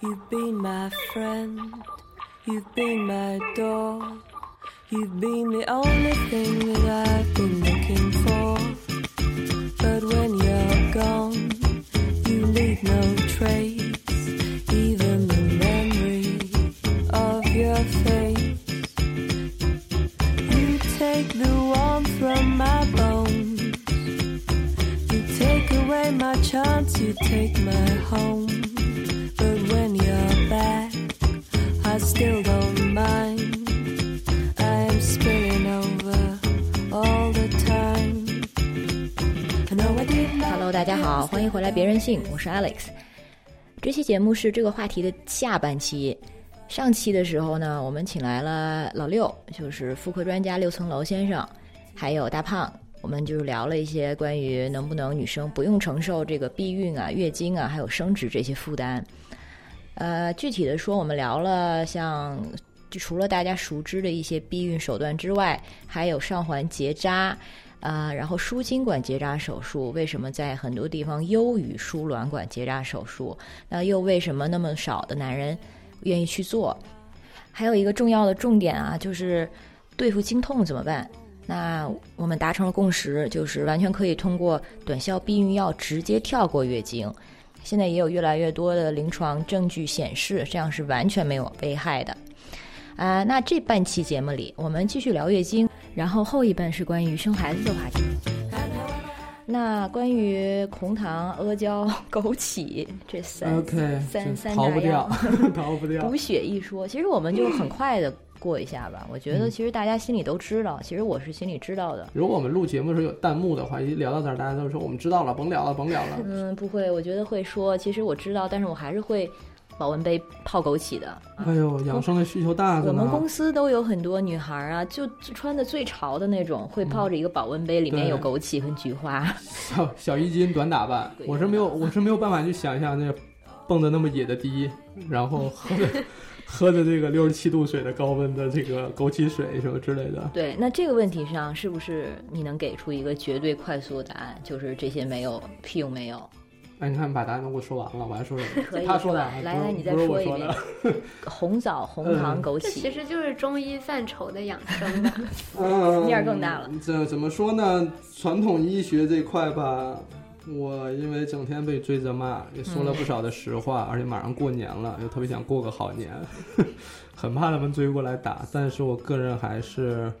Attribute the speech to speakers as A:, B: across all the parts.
A: You've been my friend, you've been my door, you've been the only thing that I've been looking for. But when you're gone, you leave no trace, even the memory of your face. You take the warmth from my bones, you take away my chance, you take my home. But when you're back, I still don't mind. I am spilling over all the time. I know I did not
B: Hello，大家好，欢迎回来。别任性，我是 Alex。这期节目是这个话题的下半期。上期的时候呢，我们请来了老六，就是妇科专家六层楼先生，还有大胖，我们就聊了一些关于能不能女生不用承受这个避孕啊、月经啊，还有生殖这些负担。呃，具体的说，我们聊了像就除了大家熟知的一些避孕手段之外，还有上环结扎，啊，然后输精管结扎手术为什么在很多地方优于输卵管结扎手术？那又为什么那么少的男人愿意去做？还有一个重要的重点啊，就是对付经痛怎么办？那我们达成了共识，就是完全可以通过短效避孕药直接跳过月经。现在也有越来越多的临床证据显示，这样是完全没有危害的。啊、那这半期节目里，我们继续聊月经，然后后一半是关于生孩子的话题。那关于红糖、阿胶、枸杞这三
C: OK，
B: 三
C: 这
B: 三
C: 逃
B: 大
C: 不掉
B: 药，
C: 逃不掉
B: 补。血一说，其实我们就 很快的过一下吧。我觉
C: 嗯
B: 得其实大家心里都知道，其实我是心里知道的。
C: 如果我们录节目的时候有弹幕的话，一聊到这儿，大家都说我们知道了，甭聊了，甭聊了。
B: 嗯，不会，我觉得会说，其实我知道，但是我还是会保温杯泡枸杞的。
C: 哎呦，养生的需求大着
B: 我们
C: 呢。
B: 公司都有很多女孩儿啊，就穿的最潮的那种，会泡着一个保温杯，里面
C: 嗯对
B: 有枸杞和菊花。
C: 小小衣襟短打扮，我是没有，我是没有办法去想象那蹦的那么野的迪，然后喝 的喝的这个六十七度水的高温的这个枸杞水什么之类的。
B: 对，那这个问题上是不是你能给出一个绝对快速的答案？就是这些没有屁用没有。
C: 哎，你看把答案都给我说完了，我还说什么？
B: 可以
C: 他说的
B: 吧
C: 啊，
B: 来
C: 不是
B: 来，你再
C: 不是
B: 说
C: 我
B: 一
C: 说
B: 遍
C: 的。。
B: 红枣、红糖、
C: 嗯
B: 枸
D: 这其
B: 杞，
D: 实就是中医范畴的养生吧。
C: 嗯，
B: 面儿更大了。
C: 这怎么说呢？传统医学这块吧，我因为整天被追着骂，也说了
B: 嗯
C: 不少的实话，而且马上过年了，又特别想过个好年， 很怕他们追过来打。但是我个人还是，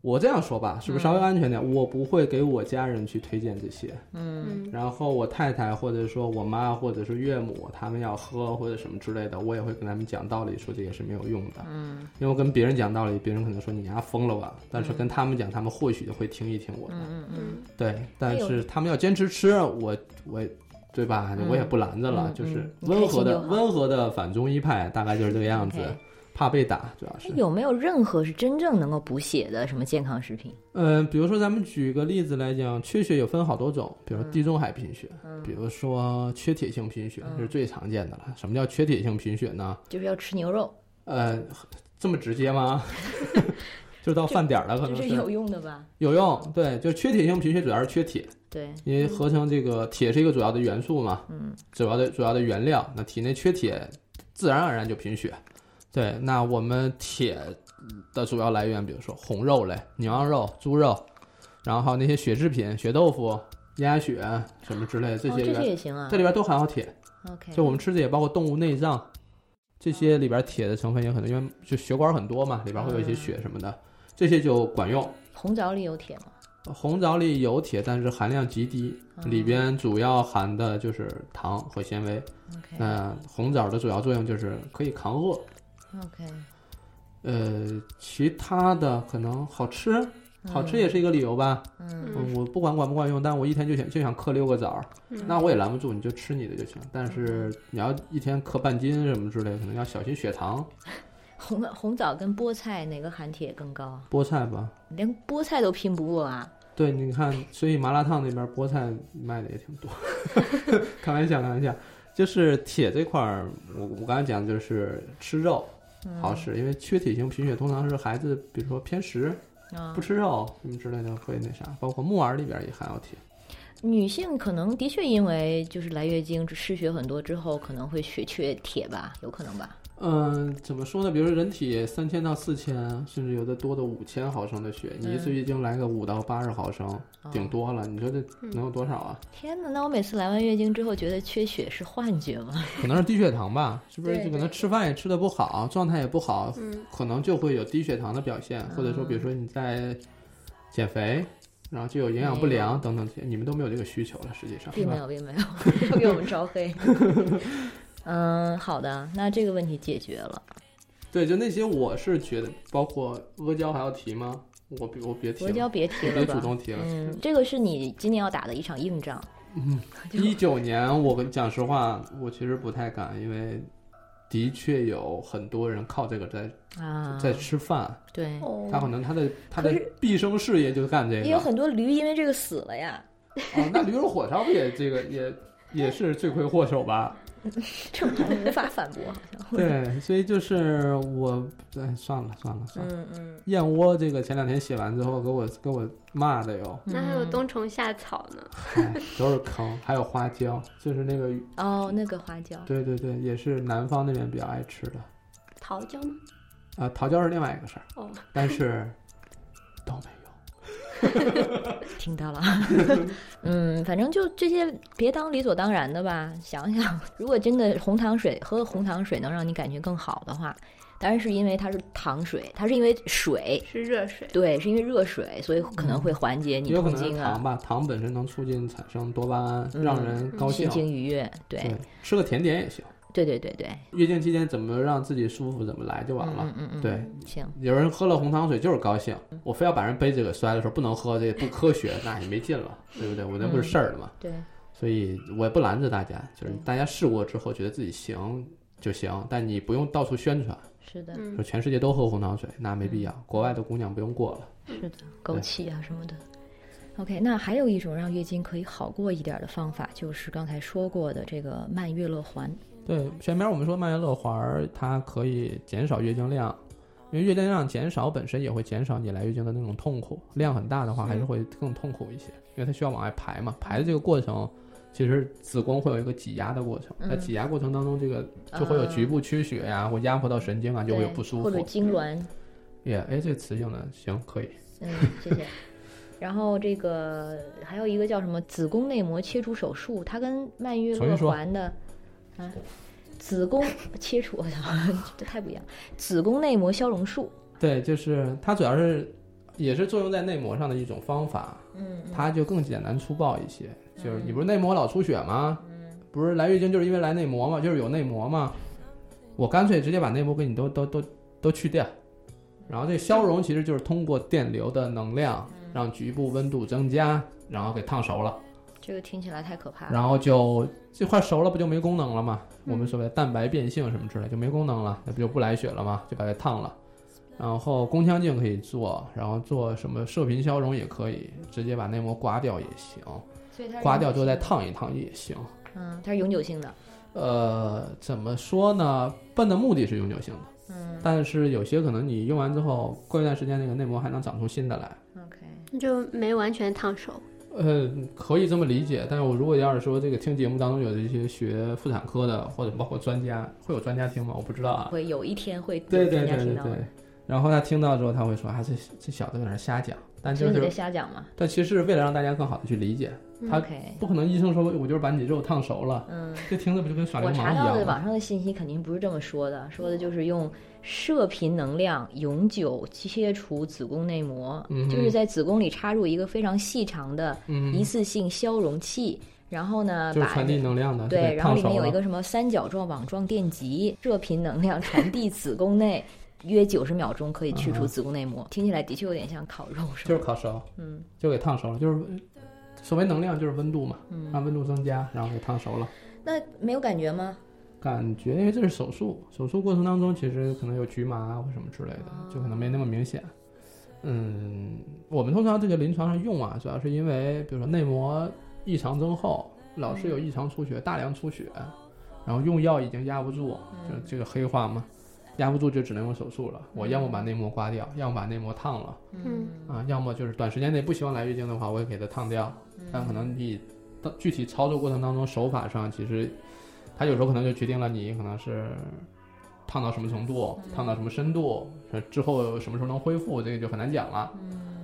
C: 我这样说吧，是不
B: 嗯
C: 是稍微安全点？我不会给我家人去推荐这些。
D: 嗯，
C: 然后我太太或者说我妈或者是岳母，他们要喝或者什么之类的，我也会跟他们讲道理，说这也是没有用的。嗯，因为我跟别人讲道理，别人可能说你丫疯了吧，但
B: 嗯
C: 是跟他们讲，他们或许就会听一听我的。嗯
D: 嗯，
C: 对，但
B: 有
C: 是他们要坚持吃，我我。对吧？我也不拦着了，
B: 嗯
C: 就是
B: 嗯
C: 温和
B: 你开
C: 的、
B: 心就好
C: 温和的反中医派，大概就是这个样子
B: OK。
C: 怕被打，主要是。
B: 有没有任何是真正能够补血的什么健康食品？
C: 嗯，比如说咱们举个例子来讲，缺血有分好多种，比如说
B: 嗯
C: 地中海贫血，比如说缺铁性贫血，这是最常见的了。什么叫缺铁性贫血呢？
B: 就是要吃牛肉，
C: 呃，这么直接吗？ 就到饭点儿了，可
B: 这
C: 能
B: 是
C: 是
B: 有用的吧？
C: 有用。对，就缺铁性贫血主要是缺铁，
B: 对，
C: 因为合成这个铁是一个主要的元素嘛，嗯，主要的主要的原料，那体内缺铁，自然而然就贫血。对，那我们铁的主要来源，比如说红肉类，牛羊肉、猪肉，然后还有那些血制品、血豆腐、鸭血什么之类的这
B: 哦，
C: 些
B: 这
C: 原，
B: 些也行啊
C: 这。里边都含有铁。
B: OK，
C: 就我们吃的也包括动物内脏，这些里边铁的成分也很多，因为就血管很多嘛，里边会有
B: 嗯
C: 一些血什么的，这些就管用。
B: 红枣里有铁吗？嗯
C: 红枣里有铁，但是含量极低，
D: 嗯
C: 里边主要含的就是糖和纤维。
D: 哎
B: OK
C: 那红枣的主要作用就是可以抗饿，
B: OK，
C: 呃，其他的可能好吃，
B: 嗯
C: 好吃也是一个理由吧。
D: 嗯
C: 我不管管不管用，但我一天就想就想嗑六个枣儿，
D: 嗯
C: 那我也拦不住，你就吃你的就行。但是你要一天嗑半斤什么之类的，可能要小心血糖。
B: 红红枣跟菠菜哪个含铁更高啊？
C: 菠菜吧，
B: 连菠菜都拼不过啊！
C: 对，你看，所以麻辣烫那边菠菜卖的也挺多。开玩笑，开玩笑，就是铁这块儿，我我刚才讲的就是吃肉
B: 嗯
C: 好使，因为缺铁性贫血通常是孩子，比如说偏食，
B: 啊
C: 不吃肉什么之类的会那啥，包括木耳里边也含有铁。
B: 女性可能的确因为就是来月经失血很多之后，可能会血缺铁吧，有可能吧。
C: 嗯，怎么说呢？比如说人体三千到四千，甚至有的多的五千毫升的血，你一次月经来个五到八十毫升，顶多了。你说这能有多少啊？
B: 天哪，那我每次来完月经之后，觉得缺血是幻觉吗？
C: 可能是低血糖吧？是不是？
D: 对
C: 就可能
D: 对
C: 吃饭也吃的不好，状态也不好，
D: 嗯
C: 可能就会有低血糖的表现，或者说，比如说你在减肥。然后就有营养不良等等，你们都没有这个需求了，实际上是
B: 并没
C: 吧？
B: 有，并没有， 又给我们招黑。嗯，好的，那这个问题解决了。
C: 对，就那些我是觉得，包括阿胶还要提吗？我别我别提
B: 国
C: 了，
B: 交别提
C: 我
B: 了
C: 别主
B: 吧。
C: 动提了。
B: 嗯，这个是你今年要打的一场硬仗。
C: 一九年，我跟讲实话，我其实不太敢，因为的确有很多人靠这个在
B: 啊，
C: 在吃饭，
B: 对，
D: 哦
C: 他可能他的他
B: 可
C: 的
B: 是
C: 毕生事业就干这
B: 也
C: 个。
B: 有
C: 哦，
B: 很多驴因为这个死了呀，
C: 那驴肉火烧不也这个也也是罪魁祸首吧？
B: 这我无法反驳，嗯好像。
C: 对，所以就是我，哎，算了算了算了。
B: 嗯嗯，
C: 燕窝这个前两天写完之后，给我给我骂的哟，
D: 那还有冬虫夏草呢，
C: 哎，都是坑。还有花椒，就是那个，
B: 哦，那个花椒，
C: 对对对，也是南方那边比较爱吃的。
D: 桃胶吗？
C: 啊，桃胶是另外一个事儿，
D: 哦，
C: 但是都没有。
B: 听到了。 嗯，反正就这些，别当理所当然的吧。想想，如果真的红糖水喝红糖水能让你感觉更好的话，当然是因为它是糖水，它是因为水，
D: 是热水。
B: 对，是因为热水，所以可能会缓解你
C: 也有可
B: 痛
C: 能是
B: 经啊
C: 糖，吧，糖本身能促进产生多巴胺，
B: 嗯
C: 让人高
B: 心
C: 兴。
B: 情愉悦。对，
C: 对，吃个甜点也行。
B: 对对对对，
C: 月经期间怎么让自己舒服怎么来就完了。
B: 嗯嗯嗯，
C: 对，
B: 行，
C: 有人喝了红糖水就是高兴，我非要把人杯子给摔了，说不能喝，这不科学，那也没劲了，对不对？我那不是事儿了嘛。
B: 对，
C: 所以我也不拦着大家，就是
B: 对
C: 大家试过之后觉得自己行就行，但你不用到处宣传，
B: 是的，
D: 嗯
C: 说全世界都喝红糖水，那没必要。国外的姑娘不用过了。
B: 是的，枸杞啊什么的。OK，那还有一种让月经可以好过一点的方法，就是刚才说过的这个慢月乐环。
C: 对，前面我们说蔓延乐环儿，它可以减少月经量，因为月经量减少本身也会减少你来月经的那种痛苦，量很大的话还是会更痛苦一些，因为它需要往外排嘛，排的这个过程。其实子宫会有一个挤压的过程，在
B: 嗯
C: 挤压过程当中，这个就会有局部缺血呀、或压迫到神经啊，就会有
B: 对
C: 不舒
B: 或者
C: 服。
B: 痉挛，
C: 也，哎，这个词用的行，可以。
B: 嗯，谢谢。然后这个还有一个叫什么子宫内膜切除手术，它跟曼月
C: 重
B: 乐
C: 新说
B: 环的啊子宫切除， 我操，这太不一样。子宫内膜消融术，
C: 对，就是它主要是也是作用在内膜上的一种方法，
B: 嗯，
C: 它就更简单粗暴一些。就是你不是内膜老出血吗？
B: 嗯
C: 不是来月经就是因为来内膜嘛，就是有内膜嘛。我干脆直接把内膜给你都都都都去掉，然后这消融其实就是通过电流的能量，让局部温度增加，然后给烫熟了，
B: 这个听起来太可怕了。
C: 然后就这块熟了不就没功能了吗？
B: 嗯
C: 我们所谓的蛋白变性什么之类就没功能了，那不就不来血了吗？就把它烫了。然后宫腔镜可以做，然后做什么射频消融也可以，直接把内膜刮掉也行。
B: 所以它是
C: 刮
B: 永
C: 掉
B: 久
C: 之后再
B: 性的，
C: 烫一烫也行。
B: 嗯，它是永久性的，
C: 呃，怎么说呢？笨的目的是永久性的，
B: 嗯
C: 但是有些可能你用完之后，过一段时间那个内膜还能长出新的来。
B: 嗯，OK，
D: 就没完全烫手，
C: 呃，可以这么理解，但是我如果要是说这个听节目当中有一些学妇产科的，或者包括专家，会有专家听吗？我不知道啊。
B: 会有一天会
C: 对
B: 有
C: 对
B: 专家
C: 对对
B: 听到
C: 对
B: 的。。
C: 然后他听到之后，他会说：“啊，这这小子在那儿瞎讲。”但
B: 所
C: 就
B: 以你在
C: 是，
B: 瞎讲嘛
C: 但其实是为了让大家更好的去理解，他
B: ？OK，
C: 不可能医生说我就是把你的肉烫熟了，
B: 嗯。
C: 这听着不就跟耍流
B: 我
C: 氓
B: 查
C: 一
B: 到
C: 样
B: 的
C: 吗？
B: 网上的信息肯定不是这么说的，说的就是用射频能量永久切除子宫内膜，
C: 嗯哼
B: 就是在子宫里插入一个非常细长的
C: 嗯
B: 一次性消融器，然后呢，
C: 就是
B: 把
C: 传递能量的，
B: 对，
C: 对，
B: 然后
C: 烫
B: 里
C: 手
B: 面有
C: 了
B: 一个什么三角状网状电极，射频能量传 递子宫内。约九十秒钟可以去除子宫内膜，听起来的确有点像烤肉，是
C: 嗯就
B: 吧？
C: 是烤熟，
B: 嗯，
C: 就给烫熟了，就是所谓能量就是温度嘛，让温度增加，然后给烫熟了。
B: 那没有感觉吗？
C: 感觉因为这是手术，手术过程当中其实可能有局麻啊或什么之类的，就可能没那么明显。嗯，我们通常这个临床上用啊，主要是因为比如说内膜异常增厚，老是有异常出血、大量出血，然后用药已经压不住，就是这个黑化嘛。压不住就只能用手术了。我要么把内膜刮掉，要么把内膜烫了
D: 嗯
C: 啊，要么就是短时间内不希望来月经的话，我也给它烫掉。
B: 嗯
C: 但可能你到具体操作过程当中手法上，其实它有时候可能就决定了你可能是烫到什么程度，
B: 嗯
C: 烫到什么深度，呃之后什么时候能恢复，这个就很难讲了。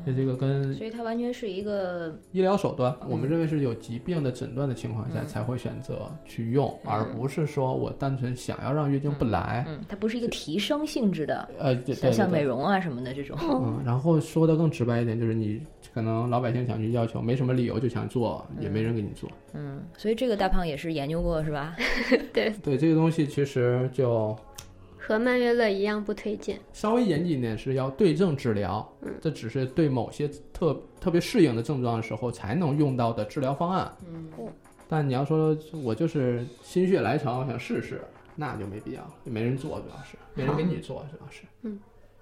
C: 所以这个跟
B: 所以它完全嗯是嗯一个
C: 医疗手段，我们认为是有疾病的诊断的情况下
B: 嗯
C: 才会选择去用，而不是说我单纯想要让月经不来。
B: 嗯，它不是一个提升性质的，
C: 呃，对对
B: 像像美
C: 对。
B: 容啊什么的这 种。
D: 哦
C: 嗯，然后说的更直白一点，就是你可能老百姓想去要求，没什么理由就想做，也没人给你做。
B: 嗯，所以这个大胖也是研究过是吧？
C: 对这个东西，其实就
D: 和曼月乐一样不推荐。
C: 稍微严谨一点，是要对症治疗。
D: 嗯
C: 这只是对某些特特别适应的症状的时候才能用到的治疗方案。
B: 嗯
C: 但你要说我就是心血来潮想试试，那就没必要，也没人做，主要是没人给你做，主要是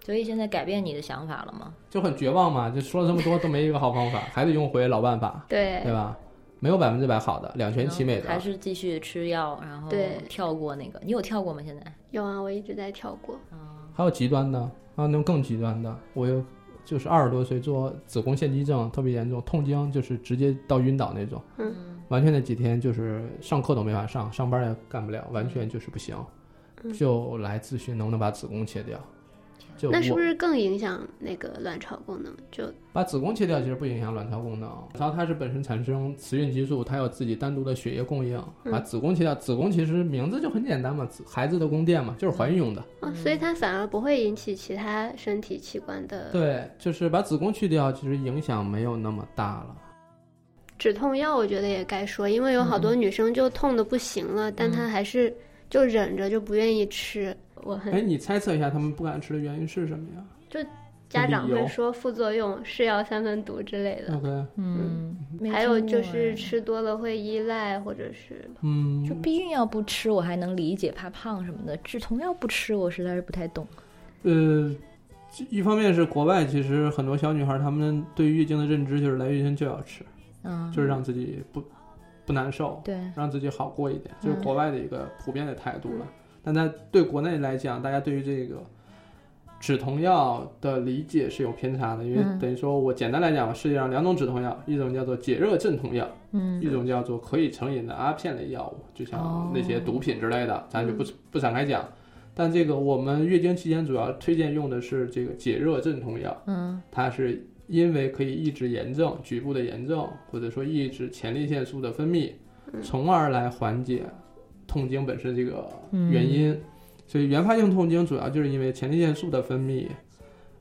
B: 所以现在改变你的想法了吗？
C: 就很绝望嘛。就说了这么多都没一个好方法，还得用回老办法，
D: 对
C: 对吧？没有百分之百好的，两全其美
B: 嗯还
C: 的。
B: 是继续吃药，然后
D: 对
B: 跳过那个？你有跳过吗？现在？
D: 有啊，我一直在跳过。
C: 还有极端的，还有那种更极端的。我有就是二十多岁做子宫腺肌症特别严重，痛经就是直接到晕倒那种，
B: 嗯
C: 完全那几天就是上课都没法上，上班也干不了，完全就是不行，
D: 嗯
C: 就来咨询能不能把子宫切掉。就
D: 那是
C: 我
D: 不是更影响那个卵巢功能？就
C: 把子宫切掉其实不影响卵巢功能，然后它是本身产生雌孕激素，它有自己单独的血液供应。
D: 嗯
C: 把子宫切掉，子宫其实名字就很简单嘛，子孩子的宫殿嘛，就是怀孕用的。
D: 哦，所以它反而不会引起其他身体器官的
C: 对，就是把子宫去掉，其实影响没有那么大了。
D: 止痛药，我觉得也该说，因为有好多
C: 嗯
D: 女生就痛的不行了，但她还是就忍着就不愿意吃。我
C: 哎，
D: 很
C: 你猜测一下他们不敢吃的原因是什么呀
D: 家长
C: 理
D: 会
C: 由
D: 说副作用是药三分毒之类的，
C: ？OK，
B: 嗯，没
D: 还有
B: 听
D: 就
B: 过
D: 是
B: 哎
D: 吃多了会依赖，或者是
B: 就
C: 嗯，
B: 避孕药不吃，我还能理解，怕胖什么的；止痛药不吃，我实在是不太懂。
C: 呃，这一方面是国外，其实很多小女孩她们对于月经的认知就是来月经就要吃，
B: 嗯，
C: 就是让自己不不难受，
B: 对，
C: 让自己好过一点，就是
B: 嗯
C: 国外的一个普遍的态度了。但在对国内来讲，大家对于这个止痛药的理解是有偏差的，因为
B: 嗯
C: 等于说我简单来讲吧，世界上两种止痛药，一种叫做解热镇痛药，
B: 嗯
C: 一种叫做可以成瘾的阿片类药物，就
B: 哦嗯
C: 像那些毒品之类的，咱就不不展开讲。但这个我们月经期间主要推荐用的是这个解热镇痛药，
B: 嗯
C: 它是因为可以抑制炎症、局部的炎症，或者说抑制前列腺素的分泌，
D: 嗯
C: 从而来缓解痛经本身这个
B: 嗯
C: 原因。所以原发性痛经主要就是因为前列腺素的分泌，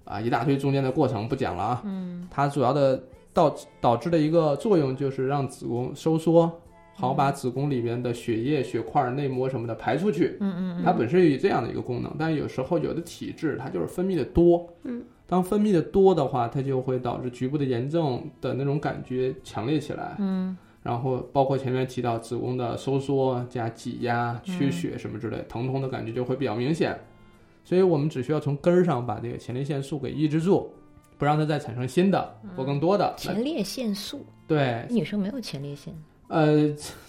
C: 啊，一大堆中间的过程不讲了啊。
B: 嗯
C: 它主要的导导致的一个作用就是让子宫收缩，好把子宫里面的血液、血块、内膜什么的排出去。
B: 嗯
C: 它本身有这样的一个功能，但有时候有的体质它就是分泌的多，
D: 嗯，
C: 当分泌的多的话，它就会导致局部的炎症的那种感觉强烈起来，
B: 嗯
C: 然后包括前面提到子宫的收缩加挤压、缺血什么之类，疼痛的感觉就会比较明显。所以我们只需要从根儿上把这个前列腺素给抑制住，不让它再产生新的或更多的。
B: 前列腺素，
C: 对，
B: 女生没有前列腺，
C: 呃，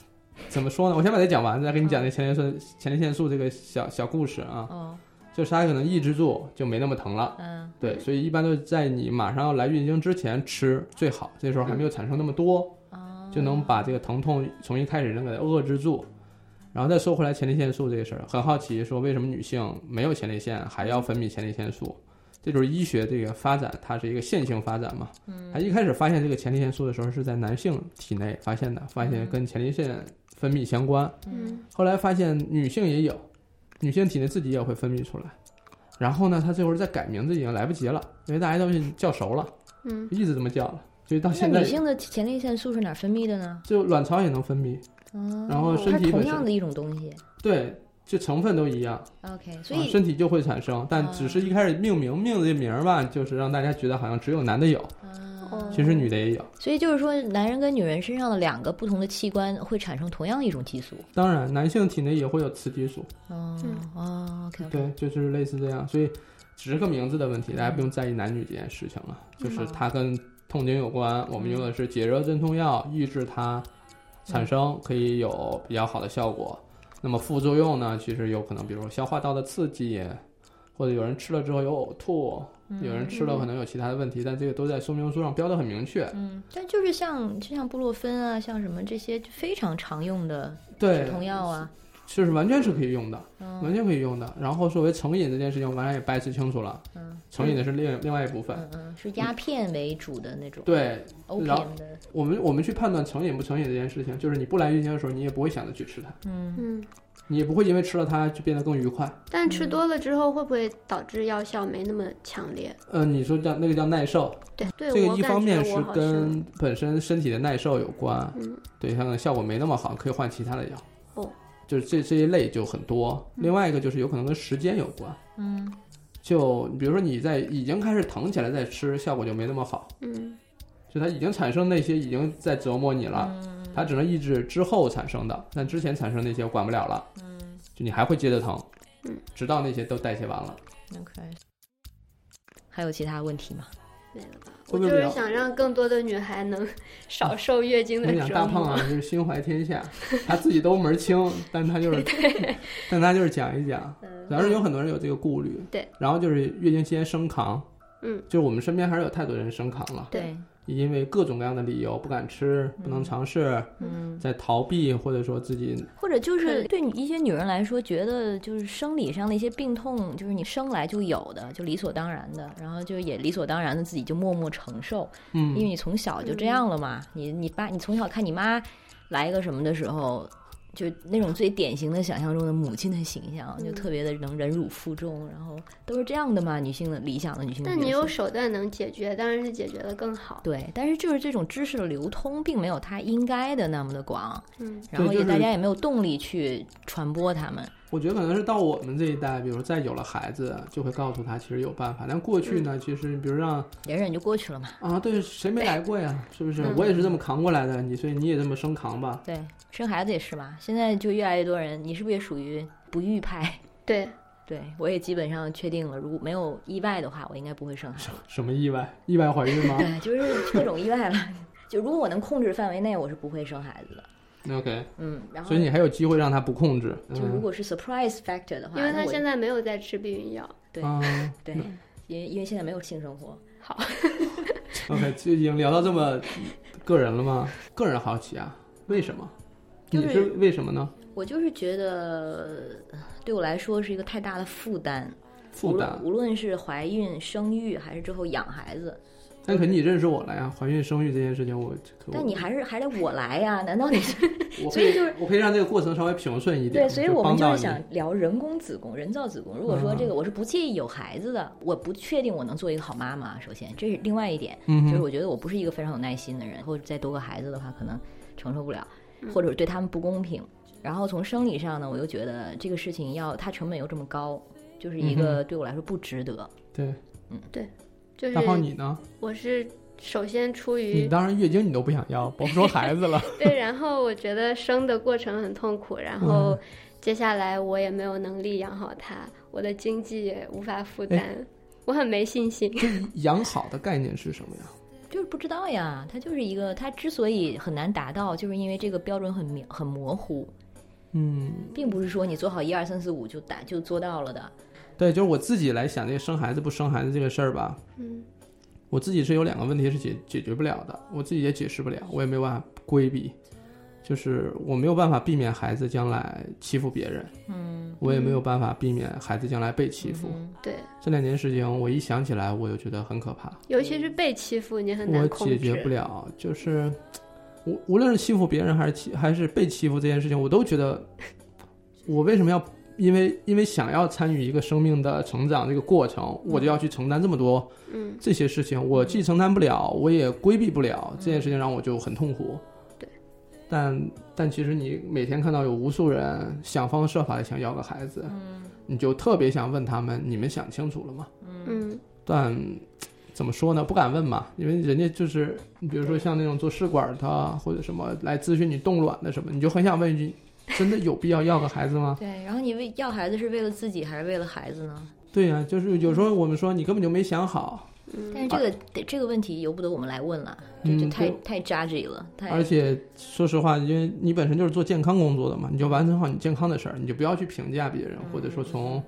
C: 怎么说呢？我先把它讲完，再给你讲这前列腺前列腺素这个小小故事啊，
B: 哦，
C: 就是它可能抑制住就没那么疼了。
B: 嗯
C: 对，所以一般都是在你马上要来月经之前吃最好，这时候还没有产生那么多，
B: 啊，
C: 就能把这个疼痛从一开始能给它遏制住。然后再说回来前列腺素这个事儿，很好奇说为什么女性没有前列腺还要分泌前列腺素？这就是医学这个发展，它是一个线性发展嘛。
B: 嗯
C: 它一开始发现这个前列腺素的时候是在男性体内发现的，发
B: 嗯
C: 现跟前列腺分泌相关。
D: 嗯
C: 后来发现女性也有，女性体内自己也会分泌出来。然后呢，他这会儿再改名字已经来不及了，因为大家都已经叫熟了，
D: 嗯
C: 一直这么叫了，所以到
B: 那
C: 现在
B: 女性的前列腺素是哪儿分泌的呢？
C: 就卵巢也能分泌，
B: 嗯，
C: 然后
B: 它
C: 身体
B: 同
C: 本
B: 样
C: 身
B: 的一种东西。
C: 对，就成分都一样，
B: OK，所
C: 啊，
B: 以哦
C: 身体就会产生，但只是一开始命名命这名儿吧，就是让大家觉得好像只有男的有，
B: 啊
C: 其实女的也有。
B: 所以就是说，男人跟女人身上的两个不同的器官会产生同样一种激素。
C: 当然，男性体内也会有雌激素，
B: 哦
D: 嗯
B: 哦，OK，
C: 对，就是类似这样，所以只是个名字的问题，大家不用在意男女这件事情了。就是它跟痛经有关，我们用的是解热镇痛药，抑制它产生，可以有比较好的效果。那么副作用呢，其实有可能，比如说消化道的刺激，或者有人吃了之后有呕吐，
D: 嗯
C: 有人吃了可能有其他的问题，但这个都在说明书上标的很明确。
B: 嗯，但就是像就像布洛芬啊，像什么这些就非常常用的止
C: 对，
B: 痛药啊，
C: 就是完全是可以用的，完
B: 嗯
C: 全可以用的。然后作为成瘾这件事情，我刚才也掰扯清楚了，
B: 嗯
C: 成瘾的是另另外一部分。
B: 嗯嗯，是鸦片为主的那种，
C: 对然后
B: opium 的，
C: 我们，我们去判断成瘾不成瘾这件事情，就是你不来月经的时候，你也不会想着去吃它，
B: 嗯，
D: 嗯，
C: 你也不会因为吃了它就变得更愉快。
D: 但吃多了之后会不会导致药效没那么强烈？
C: 呃，你说叫那个叫耐受，
D: 对，对
C: 这个
D: 我
C: 一
D: 感
C: 方面
D: 觉我
C: 是
D: 好像
C: 跟本身身体的耐受有关，
D: 嗯
C: 对，它可能效果没那么好，可以换其他的药。
D: 哦，嗯
C: 就是这这一类就很多。另外一个就是有可能跟时间有关，
B: 嗯，
C: 就比如说你在已经开始疼起来再吃，效果就没那么好，
D: 嗯
C: 就它已经产生那些已经在折磨你了，它只能抑制之后产生的，但之前产生那些我管不了了，
B: 嗯
C: 就你还会接着疼
D: 嗯，
C: 直到那些都代谢完了。
B: ，OK。还有其他问题吗？
D: 没了吧？
C: 会
D: 我
C: 不
D: 就
C: 会比
D: 是
C: 较
D: 想让更多的女孩能 少受月经
C: 我
D: 的
C: 跟你讲，
D: 折
C: 大胖
D: 磨。
C: 啊，就是心怀天下， 他自己都门儿 清，但他就是，但他就是讲一讲。主要是有很多人有这个顾虑，
D: 嗯对。
C: 然后就是月经期间生扛，
D: 嗯，
C: 就是我们身边还是有太多人生扛了，
D: 对，
C: 因为各种各样的理由不敢吃、不能尝试，
B: 嗯，
C: 在逃避，或者说自己
B: 或者就
D: 可
B: 是
D: 以
B: 对你一些女人来说，觉得就是生理上的一些病痛，就是你生来就有的，就理所当然的，然后就也理所当然的自己就默默承受，因为
C: 嗯，
B: 你从小就这样了嘛。你你爸，你从小看你妈来一个什么的时候，就那种最典型的想象中的母亲的形象，就
D: 嗯
B: 特别的能忍辱负重，然后都是这样的嘛，女性的理想的女性
C: 嗯
B: 的角色。
D: 但你有手段能解决，当然是解决的更好。
B: 对，但是就是这种知识的流通，并没有它应该的那么的广，
D: 嗯
B: 然后
C: 对就
B: 也大
C: 是
B: 家也没有动力去传播它们。
C: 我觉得可能是到我们这一代，比如再有了孩子，就会告诉他其实有办法。但过去
B: 嗯
C: 呢，其实比如让
B: 忍忍就过去了嘛。
C: 啊，对，谁没来过呀？是不是
D: 嗯？
C: 我也是这么扛过来的，你所以你也这么生扛吧。
B: 对，生孩子也是嘛。现在就越来越多人，你是不是也属于不育派？
D: 对，
C: 啊
B: 对我也基本上确定了，如果没有意外的话，我应该不会生孩 子。
C: 什么意外？ 意外怀 孕吗
B: 对，就是各种意外了。 就如果我能控制范围内，我是不会生孩子的。
C: ？OK，
B: 嗯，然后
C: 所以你还有机会让他不控制。
B: 就如
C: 嗯，
B: 果是 surprise factor 的话，
D: 因为
B: 那
D: 她
B: 我
D: 现在没有在吃避孕药。
B: 对
C: 啊
B: 对，因为因为现在没有性生活，
C: ，OK，就已经聊到这么个人了吗？个人好奇啊，为什么？
B: 就
C: 你
B: 是
C: 是为什么呢？
B: 我就是觉得呃对我来说是一个太大的负担。
C: 负担。
B: 无论，无论是怀孕、生育，还是之后养孩子，
C: 但肯定你认识我了呀，怀孕生育这件事情我，可
B: 但你还是还得我来呀？难道你
C: 我
B: 所
C: 可
B: 以
C: 以
B: 就是
C: 我可以让这个过程稍微平顺一点，
B: 对？所以我们
C: 帮
B: 就
C: 到
B: 是
C: 你。嗯
B: 想聊人工子宫、人造子宫。如果说这个我是不介意有孩子的，我不确定我能做一个好妈妈。首先，这是另外一点，
C: 嗯
B: 就是
C: 哼，
B: 我觉得我不是一个非常有耐心的人，或者再多个孩子的话，可能承受不了，或者对他们不公平。然后从生理上呢，我又觉得这个事情要它成本又这么高，就是
C: 嗯
B: 一个对我来说不值得。
C: 对。
D: 就是
C: 大胖你呢？
D: 我是首先出
C: 你
D: 于
C: 当然月经你都不想要，甭说孩子 了。
D: 对，然后我觉得生的过程很痛苦，然
C: 嗯
D: 后接下来我也没有能力养好她，我的经济也无法
C: 哎
D: 负担，我很没信心。
C: 养好的概念是什么呀？
B: 就是不知道呀，它就是一个，它之所以很难达到，就是因为这个标准很明很模糊，
C: 嗯，
B: 并不是说你做好一二三四五就打就做到了的。
C: 对，就是我自己来想这个生孩子不生孩子这个事儿吧，
D: 嗯
C: 我自己是有两个问题是解解决不了的，我自己也解释不了，我也没有办法规避，就是我没有办法避免孩子将来欺负别人，
B: 嗯，
C: 我也没有办法避免孩子将来被欺负。
B: 嗯？
D: 对，
C: 这两件事情，我一想起来我就觉得很可怕，
D: 尤其是被欺负，你很
C: 我
D: 难控
C: 解
D: 制
C: 决。不了，就是无无论是欺负别人还是欺还是被欺负这件事情，我都觉 得我为什么要因为因为想要参与一个生命的成长这个过程，我就要去承担这么多。
D: 嗯，
C: 这些事情我既承担不了，我也规避不了，这件事情让我就很痛苦。
D: 嗯对，
C: 但但其实你每天看到有无数人想方设法的想要个孩子，你就特别想问他们：你们想清楚了吗？
D: 嗯，
C: 但怎么说呢？不敢问嘛，因为人家就是，你比如说像那种做试管的啊或者什么来咨询你冻卵的什么，你就很想问一句：真的有必要要个孩子吗
B: 对。然后你为要孩子是为了自己还是为了孩子呢？
C: 对呀、就是有时候我们说你根本就没想好，
D: 嗯
B: 但是这个、得这个问题由不得我们来问了，这就
C: 嗯
B: 太、
C: 对
B: 太 judgy 了，太
C: 而且说实话，因为你本
D: 嗯
C: 身就是做健康工作的嘛，你就完成好你健康的事儿，你就不要去评价别人，或者说从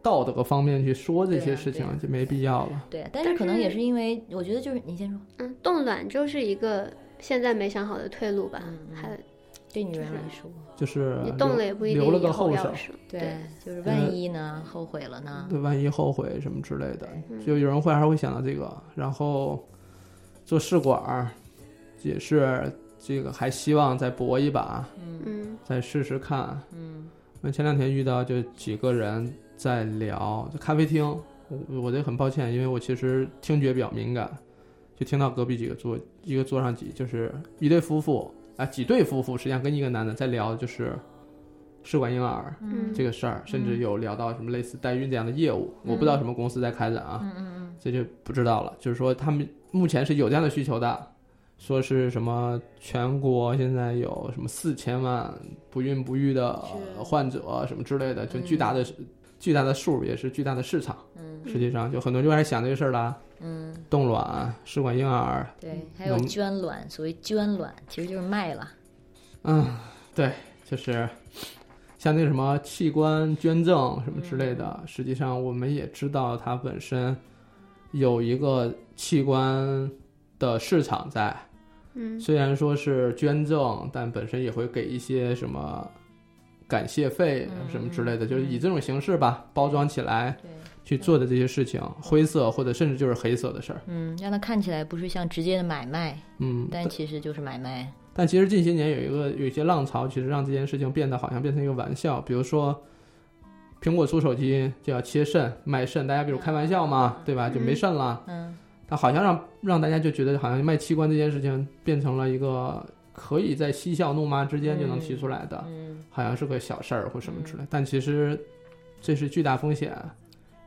C: 道德方面去说这
B: 对
C: 些
B: 啊
C: 事情
B: 对啊，
C: 就没必要了。
B: 对，但是可能也是因为，我觉得就是你先说，
D: 嗯，冻卵就是一个现在没想好的退路吧，
B: 嗯嗯
D: 还
B: 对女人来说，
C: 就是
D: 你冻了
C: 嗯留
D: 也不一定
C: 留了
D: 以
C: 个
D: 后
C: 后
D: 要
C: 手，
D: 生，
B: 对，
C: 呃
B: 就是万一呢，后悔了呢，
C: 对，万一后悔什么之类的，
D: 嗯
C: 就有人会还会想到这个。然后做试管儿也是这个，还希望再搏一把，
B: 嗯
D: 嗯
C: 再试试看。
B: 嗯
C: 那前两天遇到就几个人在聊，就咖啡厅，我我这很抱歉，因为我其实听觉比较敏感，就听到隔壁几个桌一个桌上几就是一对夫妇啊，几对夫妇实际上跟一个男的在聊就是试管婴儿
B: 嗯
C: 这个事儿，甚至有聊到什么类似代孕这样的业务，我不知道什么公司在开展啊，
B: 嗯嗯
C: 这就不知道了。就是说他们目前是有这样的需求的，说是什么全国现在有什么四千万不孕不育的
B: 是
C: 患者什么之类的，就
B: 嗯
C: 巨大的、巨大的数也是巨大的市场。
B: 嗯
C: 实际上就很多人就开始想这个事儿了，
B: 嗯，
C: 冻卵、试管婴儿，
B: 对，还有捐卵，所谓捐卵其实就是卖了，
C: 嗯，对，就是像那什么器官捐赠什么之类的，
B: 嗯
C: 实际上我们也知道它本身有一个器官的市场在，
D: 嗯
C: 虽然说是捐赠，但本身也会给一些什么感谢费
B: 嗯
C: 什么之类的，
B: 嗯
C: 就是以这种形式吧，包装起来
B: 对，
C: 去做的这些事情，灰色或者甚至就是黑色的事儿，
B: 嗯，让它看起来不是像直接的买卖，
C: 嗯，
B: 但其实就是买卖，
C: 但其实近些年有一个有一些浪潮，其实让这件事情变得好像变成一个玩笑。比如说，苹果出手机就要切肾卖肾，大家比如开玩笑嘛，对吧？就没肾了。
B: 嗯
C: 它好像让让大家就觉得好像卖器官这件事情变成了一个可以在嬉笑怒骂之间就能提出来的，
B: 嗯
C: 好像是个小事儿或什么之类。但其实这是巨大风险，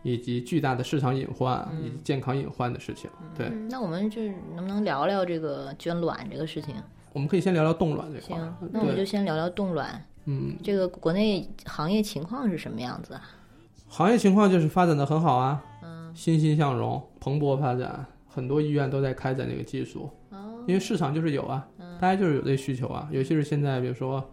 C: 以及巨大的市场隐患，
B: 嗯
C: 以及健康隐患的事情。对，
D: 嗯
B: 那我们就是能不能聊聊这个捐卵这个事情？
C: 我们可以先聊聊冻卵这块儿
B: 行。，那我们就
C: 啊对，
B: 先聊聊冻卵
C: 嗯，
B: 这个国内行业情况是什么样子啊？
C: 行业情况就是发展的很好啊，
B: 嗯，
C: 欣欣向荣，蓬勃发展，很多医院都在开展这个技术，
B: 哦，嗯
C: 因为市场就是有啊，大家就是有这需求啊，尤其是现在，比如说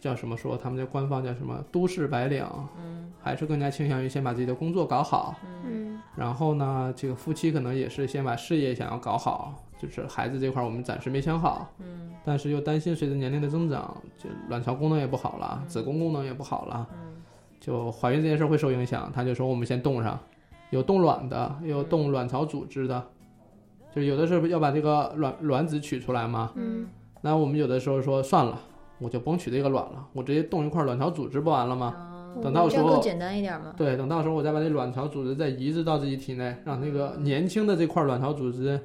C: 叫什么说，他们叫官方叫什么都市白领，
B: 嗯
C: 还是更加倾向于先把自己的工作搞好，
B: 嗯
D: 嗯
C: 然后呢，这个夫妻可能也是先把事业想要搞好，就是孩子这块儿我们暂时没想好，
B: 嗯
C: 但是又担心随着年龄的增长，这卵巢功能也不好了，子宫功能也不好了。
B: 嗯
C: 就怀孕这件事会受影响，他就说我们先冻上，有冻卵的，也有冻卵巢组织的，就有的时候要把这个卵卵子取出来嘛。
D: 嗯
C: 那我们有的时候说算了，我就甭取这个卵了，我直接冻一块卵巢组织不完了吗？
B: 哦
C: 啊等到
B: 这
C: 时
B: 样
C: 候
B: 更简单一点嘛。
C: 对，等到时候我再把这卵巢组织再移植到自己体内，让那个年轻的这块卵巢组织，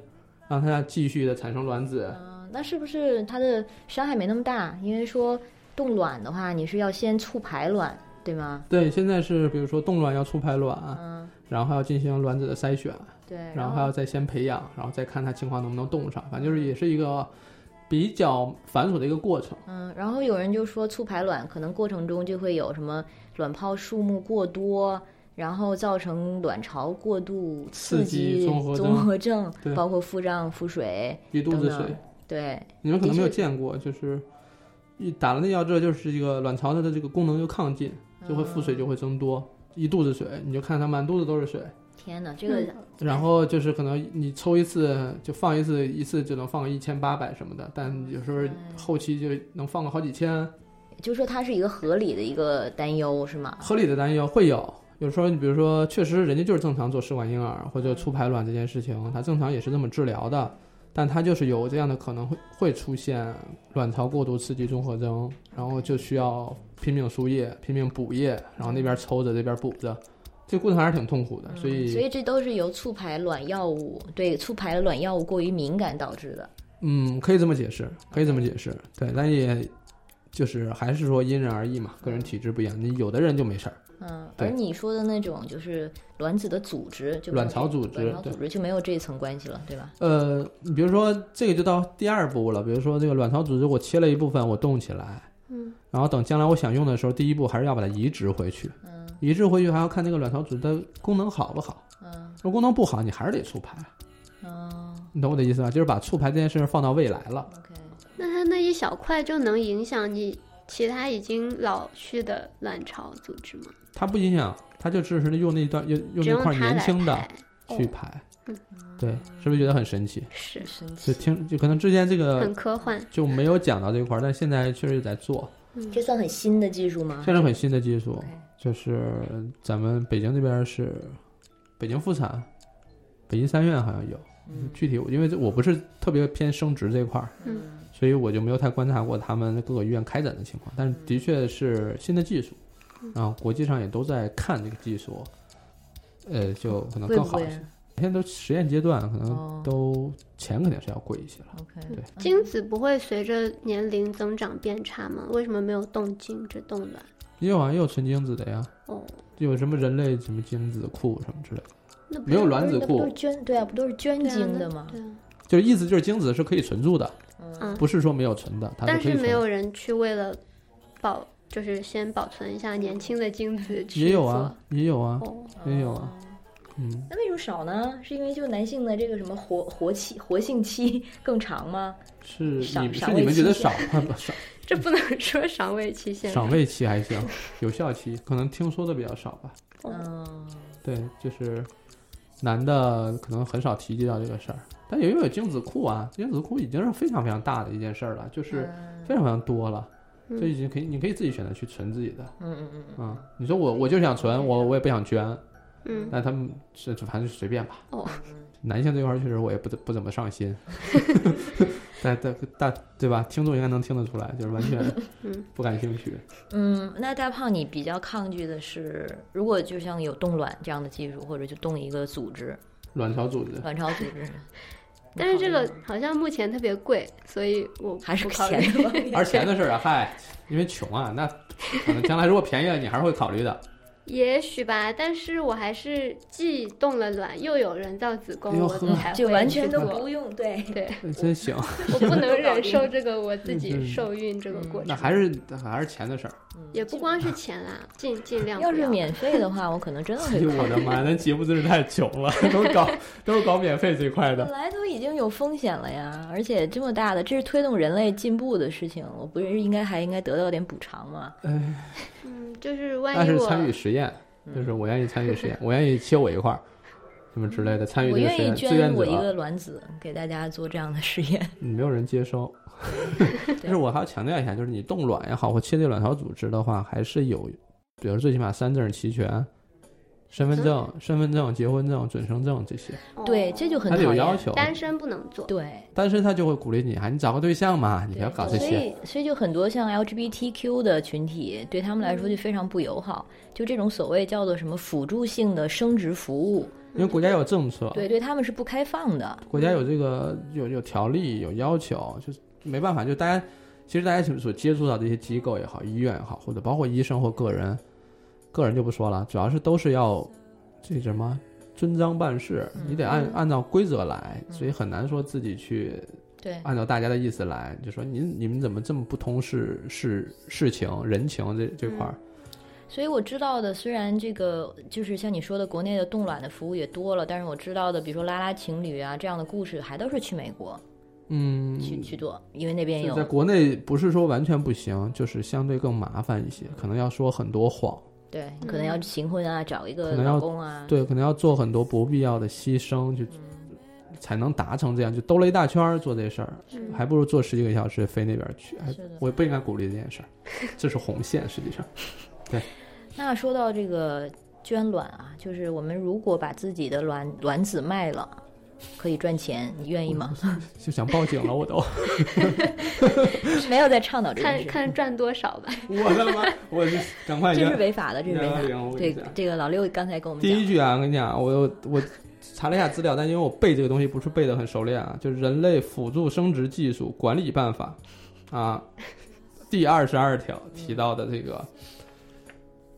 C: 让它继续的产生卵子。
B: 嗯，那是不是它的伤害没那么大？因为说冻卵的话，你是要先促排卵，对吗？
C: 对，现在是比如说冻卵要促排卵，
B: 嗯，
C: 然后还要进行卵子的筛选，
B: 对。
C: 啊然后还要再先培养，然后再看他情况能不能冻上，反正就是也是一个比较繁琐的一个过程。
B: 嗯，然后有人就说促排卵可能过程中就会有什么卵泡数目过多，然后造成卵巢过度刺
C: 刺激
B: 激
C: 综合
B: 综
C: 症
B: 合症，
C: 对
B: 包括腹胀、腹水
C: 一肚子
B: 等
C: 水
B: 等，。对，
C: 你们可能没有
B: 的确
C: 见过，就是一打了那药之后，就是这个卵巢它的这个功能就亢进，就会
B: 嗯
C: 腹水就会增多，一肚子水，你就看它满肚子都是水。
B: 天哪，这个
C: 然后就是可能你抽一次就放一次，一次只能放一千八百什么的，但有时候后期就能放个好几千。
B: 就说它是一个合理的一个担忧，是吗？
C: 合理的担忧会有。有时候你比如说，确实人家就是正常做试管婴儿或者促排卵这件事情，他正常也是这么治疗的，但他就是有这样的可能会会出现卵巢过度刺激综合征，然后就需要拼命输液、拼命补液，然后那边抽着这边补着，这过程还是挺痛苦的。嗯所
B: 嗯
C: 以，
B: 所以这都是由促排卵药物对促排卵药物过于敏感导致的。
C: 嗯，可以这么解释，可以这么解释，对，但也就是还是说因人而异嘛，个人体质不一样，你有的人就没事儿，
B: 嗯，
C: 对
B: 而你说的那种就是卵子的组织，就没有
C: 卵巢组织
B: 卵巢
C: 对
B: 组织就没有这一层关系了，对吧？
C: 呃，你比如说这个就到第二步了，比如说这个卵巢组织我切了一部分，我冻起来，
D: 嗯
C: 然后等将来我想用的时候，第一步还是要把它移植回去。
B: 嗯
C: 移植回去还要看这个卵巢组织的功能好不好，
B: 嗯
C: 如果功能不好，你还是得促排，
B: 嗯
C: 你懂我的意思吧？就是把促排这件事情放到未来了。
B: ，OK，
D: 那它那一小块就能影响你其他已经老去的卵巢组织吗？
C: 它不影响，它就只是用那段用用
D: 只
C: 那
D: 用
C: 块
D: 它
C: 年
D: 来
C: 轻的
D: 排
C: 去排
D: 嗯，
C: 对，是不是觉得很神奇？
D: 是
B: 神
C: 就
B: 奇，
C: 听就可能之前这个
D: 很科幻，
C: 就没有讲到这一块儿，但现在确实在做，
B: 这算很新的技术吗？
C: 现在很新的技术
B: 嗯对，
C: 就是咱们北京这边是北京妇产，北京三院好像有，具体我因为这我不是特别偏生殖这块儿，
D: 嗯
C: 所以我就没有太观察过他们各个医院开展的情况，但是的确是新的技术，然后国际上也都在看这个技术，呃，就可能
B: 贵
C: 更
B: 不
C: 好
B: 贵
C: 一些。现在都实验阶段，可
B: 哦
C: 能都钱肯定是要贵一些了。
B: ？OK，
C: 对
D: 精子不会随着年龄增长变差吗？为什么没有冻精只冻卵？
C: 也有啊，也有纯精子的呀，
D: 哦，
C: 有什么人类什么精子库什么之类的，
D: 那不
C: 没有
D: 是
C: 卵子
B: 那不都
C: 库
B: 是，捐对啊，不都是捐
D: 对啊
B: 精的
D: 那
B: 吗？
D: 对啊，
C: 就是意思就是精子是可以存住的，
D: 嗯
C: 不是说没有存的，它
D: 但
C: 可以
D: 是
C: 存
D: 没有人去为了保，就是先保存一下年轻的精子去
C: 也有啊，也有啊
D: 做。，哦，
C: 也有啊，嗯，
B: 那为什么少呢？是因为就男性的这个什么活活期活性期 更长吗？
C: 是你
B: 赏
C: 是
B: 赏
C: 你
B: 味
C: 们觉得
B: 期
C: 少，不 少
D: 这不能说赏味期限。
C: 嗯
D: 哦
C: 赏味期还行，有效期可能听说的比较少吧。
B: 嗯，
C: 对，就是男的可能很少提及到这个事儿，但也有精子库啊，精子库已经是非常非常大的一件事儿了，就是
B: 嗯
C: 非常非常多了，
D: 嗯
C: 就已经可以你可以自己选择去存自己的。
B: 嗯嗯嗯
C: 嗯，你说我我就想存，我我也不想捐，
D: 嗯，
C: 那他们是反正随便吧。
D: 哦，
C: 男性这块儿确实我也不怎不怎么上 心，但但但对吧？听众应该能听得出来，就是完全
D: 嗯
C: 不感兴趣。
B: 嗯。那大胖，你比较抗拒的是，如果就像有冻卵这样的技术，或者就冻一个组织，
C: 卵巢组织，
B: 卵巢组织，
D: 但是这个好像目前特别贵，所以我
B: 嗯还是
D: 不考虑
B: 钱的问题。
C: 而钱的事儿啊，嗨，因为穷啊，那可能将来如果便宜了，你还是会考虑 的。
D: 也许吧，但是我还是既动了卵，又有人造子宫，
C: 哎呦
D: 我
C: 呵
D: 才
B: 就
D: 会
B: 完
D: 去
B: 全都
D: 做
B: 不用对，
D: 对，
C: 真行，
D: 我不能忍 受这个我自己受孕这个过
C: 嗯那
D: 程，
C: 还是还是钱的事儿。
D: 也不光是钱啦，尽尽量不
B: 要 是免费的话，我可能真的
C: 哎
B: 会
C: 呦
B: 考
C: 我
B: 虑
C: 的妈，咱节目真是太穷 了，都搞都是搞免费这块
B: 本
C: 的。
B: 来都已经有风险了呀，而且这么大的，这是推动人类进步的事情，我不是应该还应该得到点补偿吗？
C: 哎，
D: 嗯，就是
C: 但
D: 万一
C: 是
D: 我
C: 参与实验，就是
B: 嗯
C: 我愿意参与实验，我愿意切我一块儿，什么之类的，参与
B: 我
C: 这个
B: 愿
C: 实
B: 意
C: 验，志愿
B: 捐我一
C: 者
B: 个卵子给大家做这样的实验。
C: 嗯没有人 接收。但是我还要强调一下，就是你冻卵也好，或切裂卵巢组织的话，还是有，比如最起码三证齐全，身
B: 嗯
C: 份证、身份证、结婚证、准生证这些，
D: 哦
B: 对，这就很
C: 它是
B: 讨
C: 有
B: 厌。
C: 要求。
D: 单身不能做，
B: 对，
C: 单身他就会鼓励你，啊，你找个对象嘛，你不要搞这
B: 所
C: 些。
B: 以所以就很多像 LGBTQ 的群体，对他们来说就非常不友好。就这种所谓叫做什么辅助性的生殖服务，
C: 因为国家有政策，
B: 对对他们是不开放的。
C: 国家有这个有有条例有要求，就是没办法，就大家其实大家所所接触到这些机构也好，医院也好，或者包括医生或个人，个人就不说了，主要是都是要这什么遵章办事，
B: 嗯
C: 你得按按照规则来，所以很难说自己去
B: 对，
C: 按照大家的意思来，就说你你们怎么这么不通事事事情人情这这块儿，
B: 所以我知道的，虽然这个就是像你说的，国内的冻卵的服务也多了，但是我知道的，比如说拉拉情侣啊这样的故事，还都是去美国
C: 嗯，
B: 去、去做，因为那边
C: 就在
B: 有
C: 国内不是说完全不行，就是相对更麻烦一些，可能要说很多谎，
B: 对，可能要
D: 嗯
B: 行婚啊，找一个
C: 可能要
B: 老公啊，嗯
C: 对，可能要做很多不必要的牺牲，就才能达成这样，就兜了一大圈儿做这事儿，
D: 嗯
C: 还不如坐十几个小时飞那边去。还
B: 嗯是的
C: 哎我不应该鼓励这件事儿，这是红线，实际上。
B: 那说到这个捐卵啊，就是我们如果把自己的卵卵子卖了，可以赚钱，你愿意吗？
C: 就想报警了，我 都，
B: 没有在倡导这件
D: 看
B: 事，
D: 看赚多少吧。
C: 我他妈，我就赶快
B: 这
C: 就是
B: 违法的，这是违法
C: 120
B: 的。
C: 我跟
B: 对
C: 你讲，
B: 这个老六刚才跟我们
C: 第一
B: 讲，
C: 句啊，我跟你讲，我有我查了一下资料，但因为我背这个东西不是背的很熟练啊，就是《人类辅助生殖技术管理办法》啊， 第二十二条提到的这个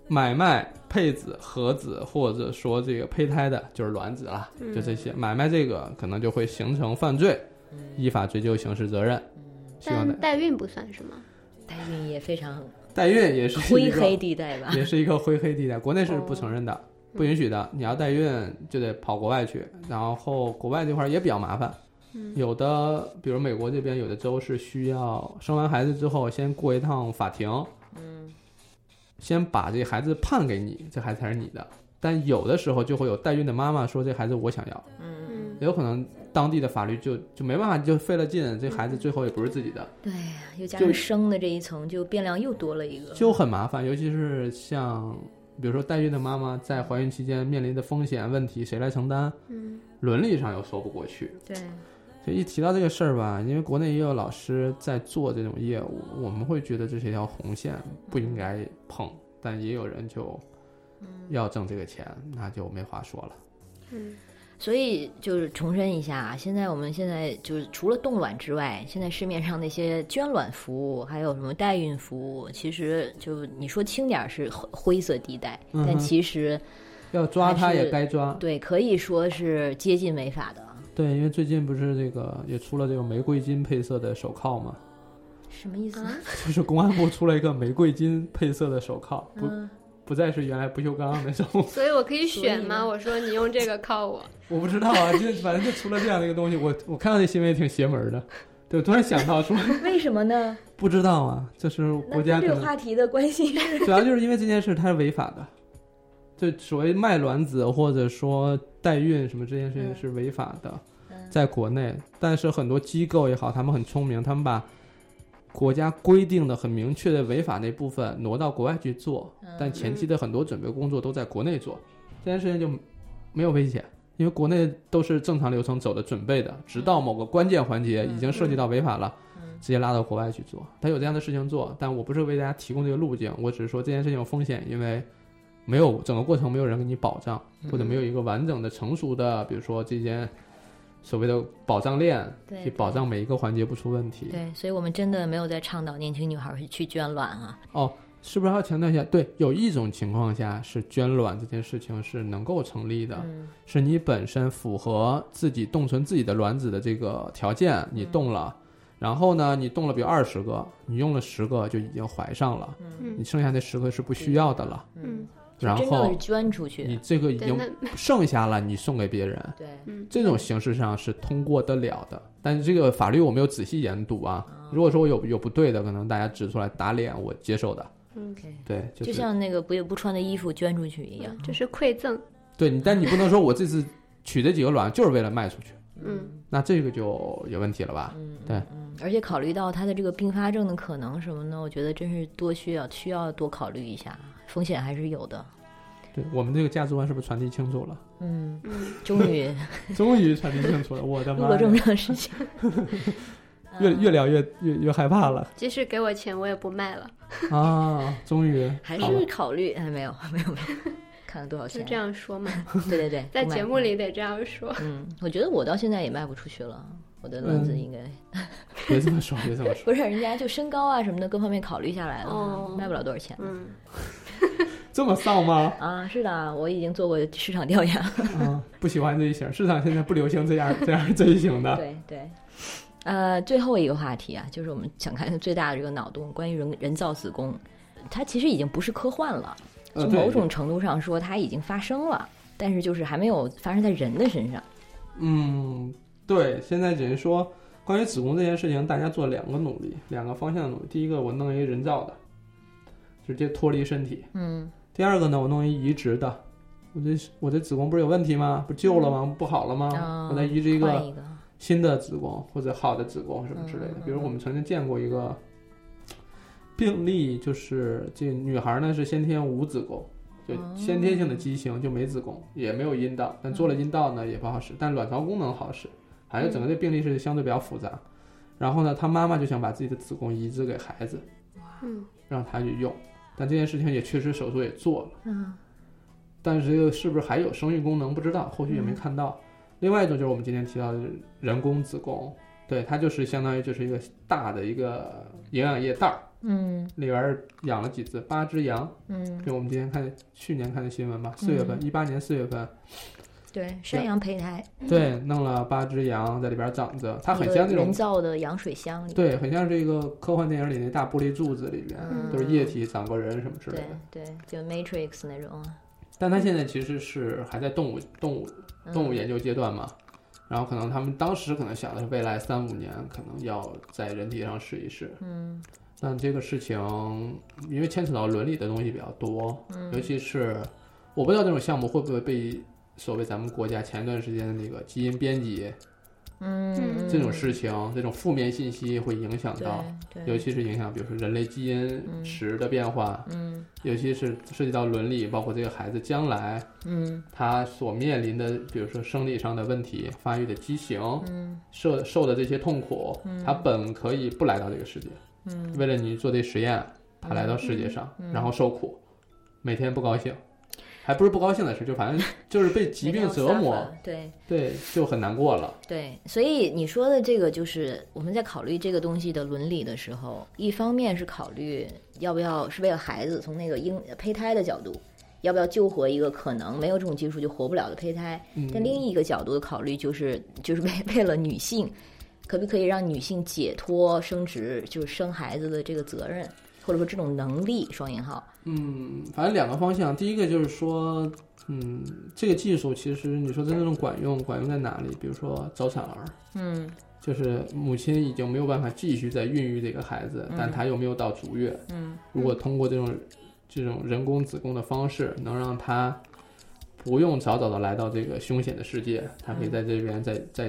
C: 买卖配子、合子或者说这个胚胎的，就是卵子啦，就这些买卖这个可能就会形成犯罪，依法追究刑事责任。希望
D: 但
C: 代
D: 代孕不算是吗？
B: 代孕也非常
C: 代孕也是一
B: 灰
C: 个
B: 黑地带吧？
C: 也是一个灰黑地带，国内是不承认的，不允许的。你要代孕就得跑国外去，然后国外这块儿也比较麻烦，有的，比如美国这边有的州是需要生完孩子之后先过一趟法庭，
B: 嗯，
C: 先把这孩子判给你，这孩子才是你的。但有的时候就会有代孕的妈妈说这孩子我想要，
B: 嗯，
D: 嗯，
C: 也有可能当地的法律就就没办法，就费了劲，这孩子最后也不是自己的，
B: 对呀，又加
C: 就
B: 上生的这一层，就变量又多了一个。
C: 就很麻烦。尤其是像比如说代孕的妈妈在怀孕期间面临的风险问题，谁来承担？
D: 嗯，
C: 伦理上又说不过去。
B: 对，
C: 所以一提到这个事儿吧，因为国内也有老师在做这种业务，我们会觉得这是一条红线，不应该碰。但也有人就
B: 嗯
C: 要挣这个钱，那就没话说了。
D: 嗯，
B: 所以就是重申一下，啊，现在我们现在就是除了冻卵之外，现在市面上那些捐卵服务，还有什么代孕服务，其实就你说轻点儿是灰灰色地带，
C: 嗯哼
B: 但其实
C: 要抓他
B: 还是
C: 也该抓，
B: 对可以说是接近违法的。啊
C: 对，因为最近不是这个也出了这个玫瑰金配色的手铐嘛，
B: 什么意思？
D: 啊
C: 就是公安部出了一个玫瑰金配色的手铐，不
B: 嗯，
C: 不再是原来不锈钢那种，
D: 所以我可以
B: 所以
D: 选
B: 呢
D: 吗？我说你用这个靠我，
C: 我不知道啊，就反正就出了这样的一个东西，我我看到这新闻也挺邪门儿的，对，我突然想到 说
B: 为什么呢？
C: 不知道啊，就是
B: 那
C: 国家
B: 跟这
C: 可
B: 个
C: 能
B: 话题的关系是
C: 主要就是因为这件事它是违法的，就所谓卖卵子或者说代孕什么这件事情是违法的，
B: 嗯
C: 在国内。但是很多机构也好，他们很聪明，他们把国家规定的很明确的违法那部分挪到国外去做，
B: 嗯
C: 但前期的很多准备工作都在国内做，这件事情就没有危险。因为国内都是正常流程走的准备的，直到某个关键环节已经涉及到违法了，
B: 嗯
C: 直接拉到国外去做。他有这样的事情做，但我不是为大家提供这个路径，我只是说这件事情有风险，因为没有整个过程没有人给你保障，或者没有
B: 嗯
C: 一个完整的、成熟的，比如说这间所谓的保障链，
B: 对
C: 去保障每一个环节不出问题。
B: 对，所以我们真的没有在倡导年轻女孩儿去捐卵啊。
C: 哦，是不是还要强调一下？对，有一种情况下是捐卵这件事情是能够成立的，
B: 嗯
C: 是你本身符合自己冻存自己的卵子的这个条件，
B: 嗯
C: 你冻了，然后呢，你冻了比如二十个，你用了十个就已经怀上了，
D: 嗯
C: 你剩下那十个是不需要的了，
D: 嗯，
B: 就
C: 然
B: 真正
C: 后
B: 是捐出
C: 你
B: 去。
C: 这个已
D: 对，
C: 经
D: 那
C: 剩下了，你送给别人，
B: 对，
D: 嗯，
C: 这种形式上是通过得了的。但是这个法律我没有仔细研读啊，
B: 哦
C: 如果说我有有不对的，可能大家指出来打脸，我接受的。
B: OK
C: 对，
B: 就是像那个不也不穿的衣服捐出去一样。
D: 就是馈赠，
C: 对你，但你不能说我这次取这几个卵就是为了卖出去，
D: 嗯
C: 那这个就有问题了吧？
B: 嗯，
C: 对
B: 嗯，而且考虑到他的这个并发症的可能什么呢？我觉得真是多需要需要多考虑一下，风险还是有的。
C: 对我们这个价值观是不是传递清楚了？
B: 嗯，
D: 嗯，
B: 终 于
C: 终于传递清楚了，我的
B: 录
C: 妈
B: 了这
C: 呀！
B: 么长时间，
C: 越越聊越越越害 怕了
D: 即使给我钱，我也不卖了，
C: 啊！终于
B: 还
C: 好吧
B: 是考虑哎没有没有没有，看看多少
D: 就
B: 钱？
D: 这，样说 嘛，
B: 对对对，
D: 在
B: 不卖
D: 节目里得这样说，
B: 嗯，我觉得我到现在也卖不出去了，我的卵子
C: 嗯
B: 应该、
C: 别这么说，别这么说，
B: 不是人家就身高啊什么的各方面考虑下来了，
D: 哦
B: 卖不了多少钱。
D: 嗯，
C: 这么丧吗？
B: 啊，是的，我已经做过市场调研。
C: 啊，不喜欢这一型，市场现在不流行这样这样这一型 的。
B: 对对，呃，最后一个话题啊，就是我们想看最大的这个脑洞，关于人人造子宫，它其实已经不是科幻了，
C: 呃
B: 从
C: 对
B: 某种程度上说，它已经发生了，但是就是还没有发生在人的身上。
C: 嗯，对，现在只是说关于子宫这件事情，大家做两个努力，两个方向的努力。第一个，我弄一个人造的，直接脱离身体；
B: 嗯
C: 第二个呢，我弄一移植的。我这我这子宫不是有问题吗？不旧了吗？不好了吗？
B: 啊
C: 我再移植一个
B: 换一个，
C: 新的子宫或者好的子宫什么之类的
B: 嗯嗯。嗯
C: 比如我们曾经见过一个病例，就是这女孩呢是先天无子宫，就
B: 哦
C: 先天性的畸形就没子宫，也没有阴道，
B: 嗯
C: 但做了阴道呢也不好使，但卵巢功能好使。反正
B: 嗯
C: 整个这病例是相对比较复杂。然后呢，她妈妈就想把自己的子宫移植给孩子，
D: 嗯，
C: 让她去用。但这件事情也确实手术也做了，
B: 嗯
C: 但是这个是不是还有生育功能不知道，后续也
B: 嗯
C: 没看到。另外一种就是我们今天提到的人工子宫，对，它就是相当于就是一个大的一个营养液袋儿，
B: 嗯
C: 里边儿养了几只八只羊。
B: 嗯，
C: 就我们今天看去年看的新闻吧，四月份，一八、年四月份，
B: 对，山羊胚胎，
C: 对，弄了八只羊在里边儿长着，它很
B: 一个
C: 像那
B: 人
C: 种，
B: 造的羊水箱里，
C: 对，很像这个科幻电影里那大玻璃柱子里边
B: 嗯
C: 都是液体长过人什么之类
B: 对
C: 的。
B: 对，就 Matrix 那种啊，
C: 但它现在其实是还在动物动物
B: 嗯
C: 动物研究阶段嘛，然后可能他们当时可能想的是未来三五年可能要在人体上试一试，
B: 嗯
C: 但这个事情因为牵扯到伦理的东西比较多，
B: 嗯
C: 尤其是我不知道这种项目会不会被所谓咱们国家前段时间的那个基因编辑
B: 嗯，
C: 这种事情，啊这种负面信息会影响
B: 对
C: 到，
B: 对，
C: 尤其是影响，比如说人类基因池的变化，
B: 嗯
C: 尤其是涉及到伦理，包括这个孩子将来
B: 嗯
C: 他所面临的，比如说生理上的问题、发育的畸形、
B: 嗯
C: 受受的这些痛苦，他本可以不来到这个世界，
B: 嗯，
C: 为了你做这实验，他来到世界上，然后受苦，每天不高兴，还不是不高兴的事，就 反正就是被疾病折磨，，
B: 对
C: 对，就很难过了。
B: 对，所以你说的这个就是我们在考虑这个东西的伦理的时候，一方面是考虑要不要是为了孩子，从那个婴胚胎的角度，要不要救活一个可能没有这种技术就活不了的胚胎，
C: 嗯，
B: 但另一个角度的考虑就是，就是为 为了女性，可不可以让女性解脱生殖，就是生孩子的这个责任，或者说这种能力（双引号
C: 嗯，反正两个方向。第一个就是说，嗯，这个技术其实你说真正管用，管用在哪里？比如说早产儿，）。
B: 嗯
C: 就是母亲已经没有办法继续再孕育这个孩子，但她又没有到足月。
B: 嗯
C: 如果通过这种这种人工子宫的方式，能让她不用早早的来到这个凶险的世界，她可以在这边再再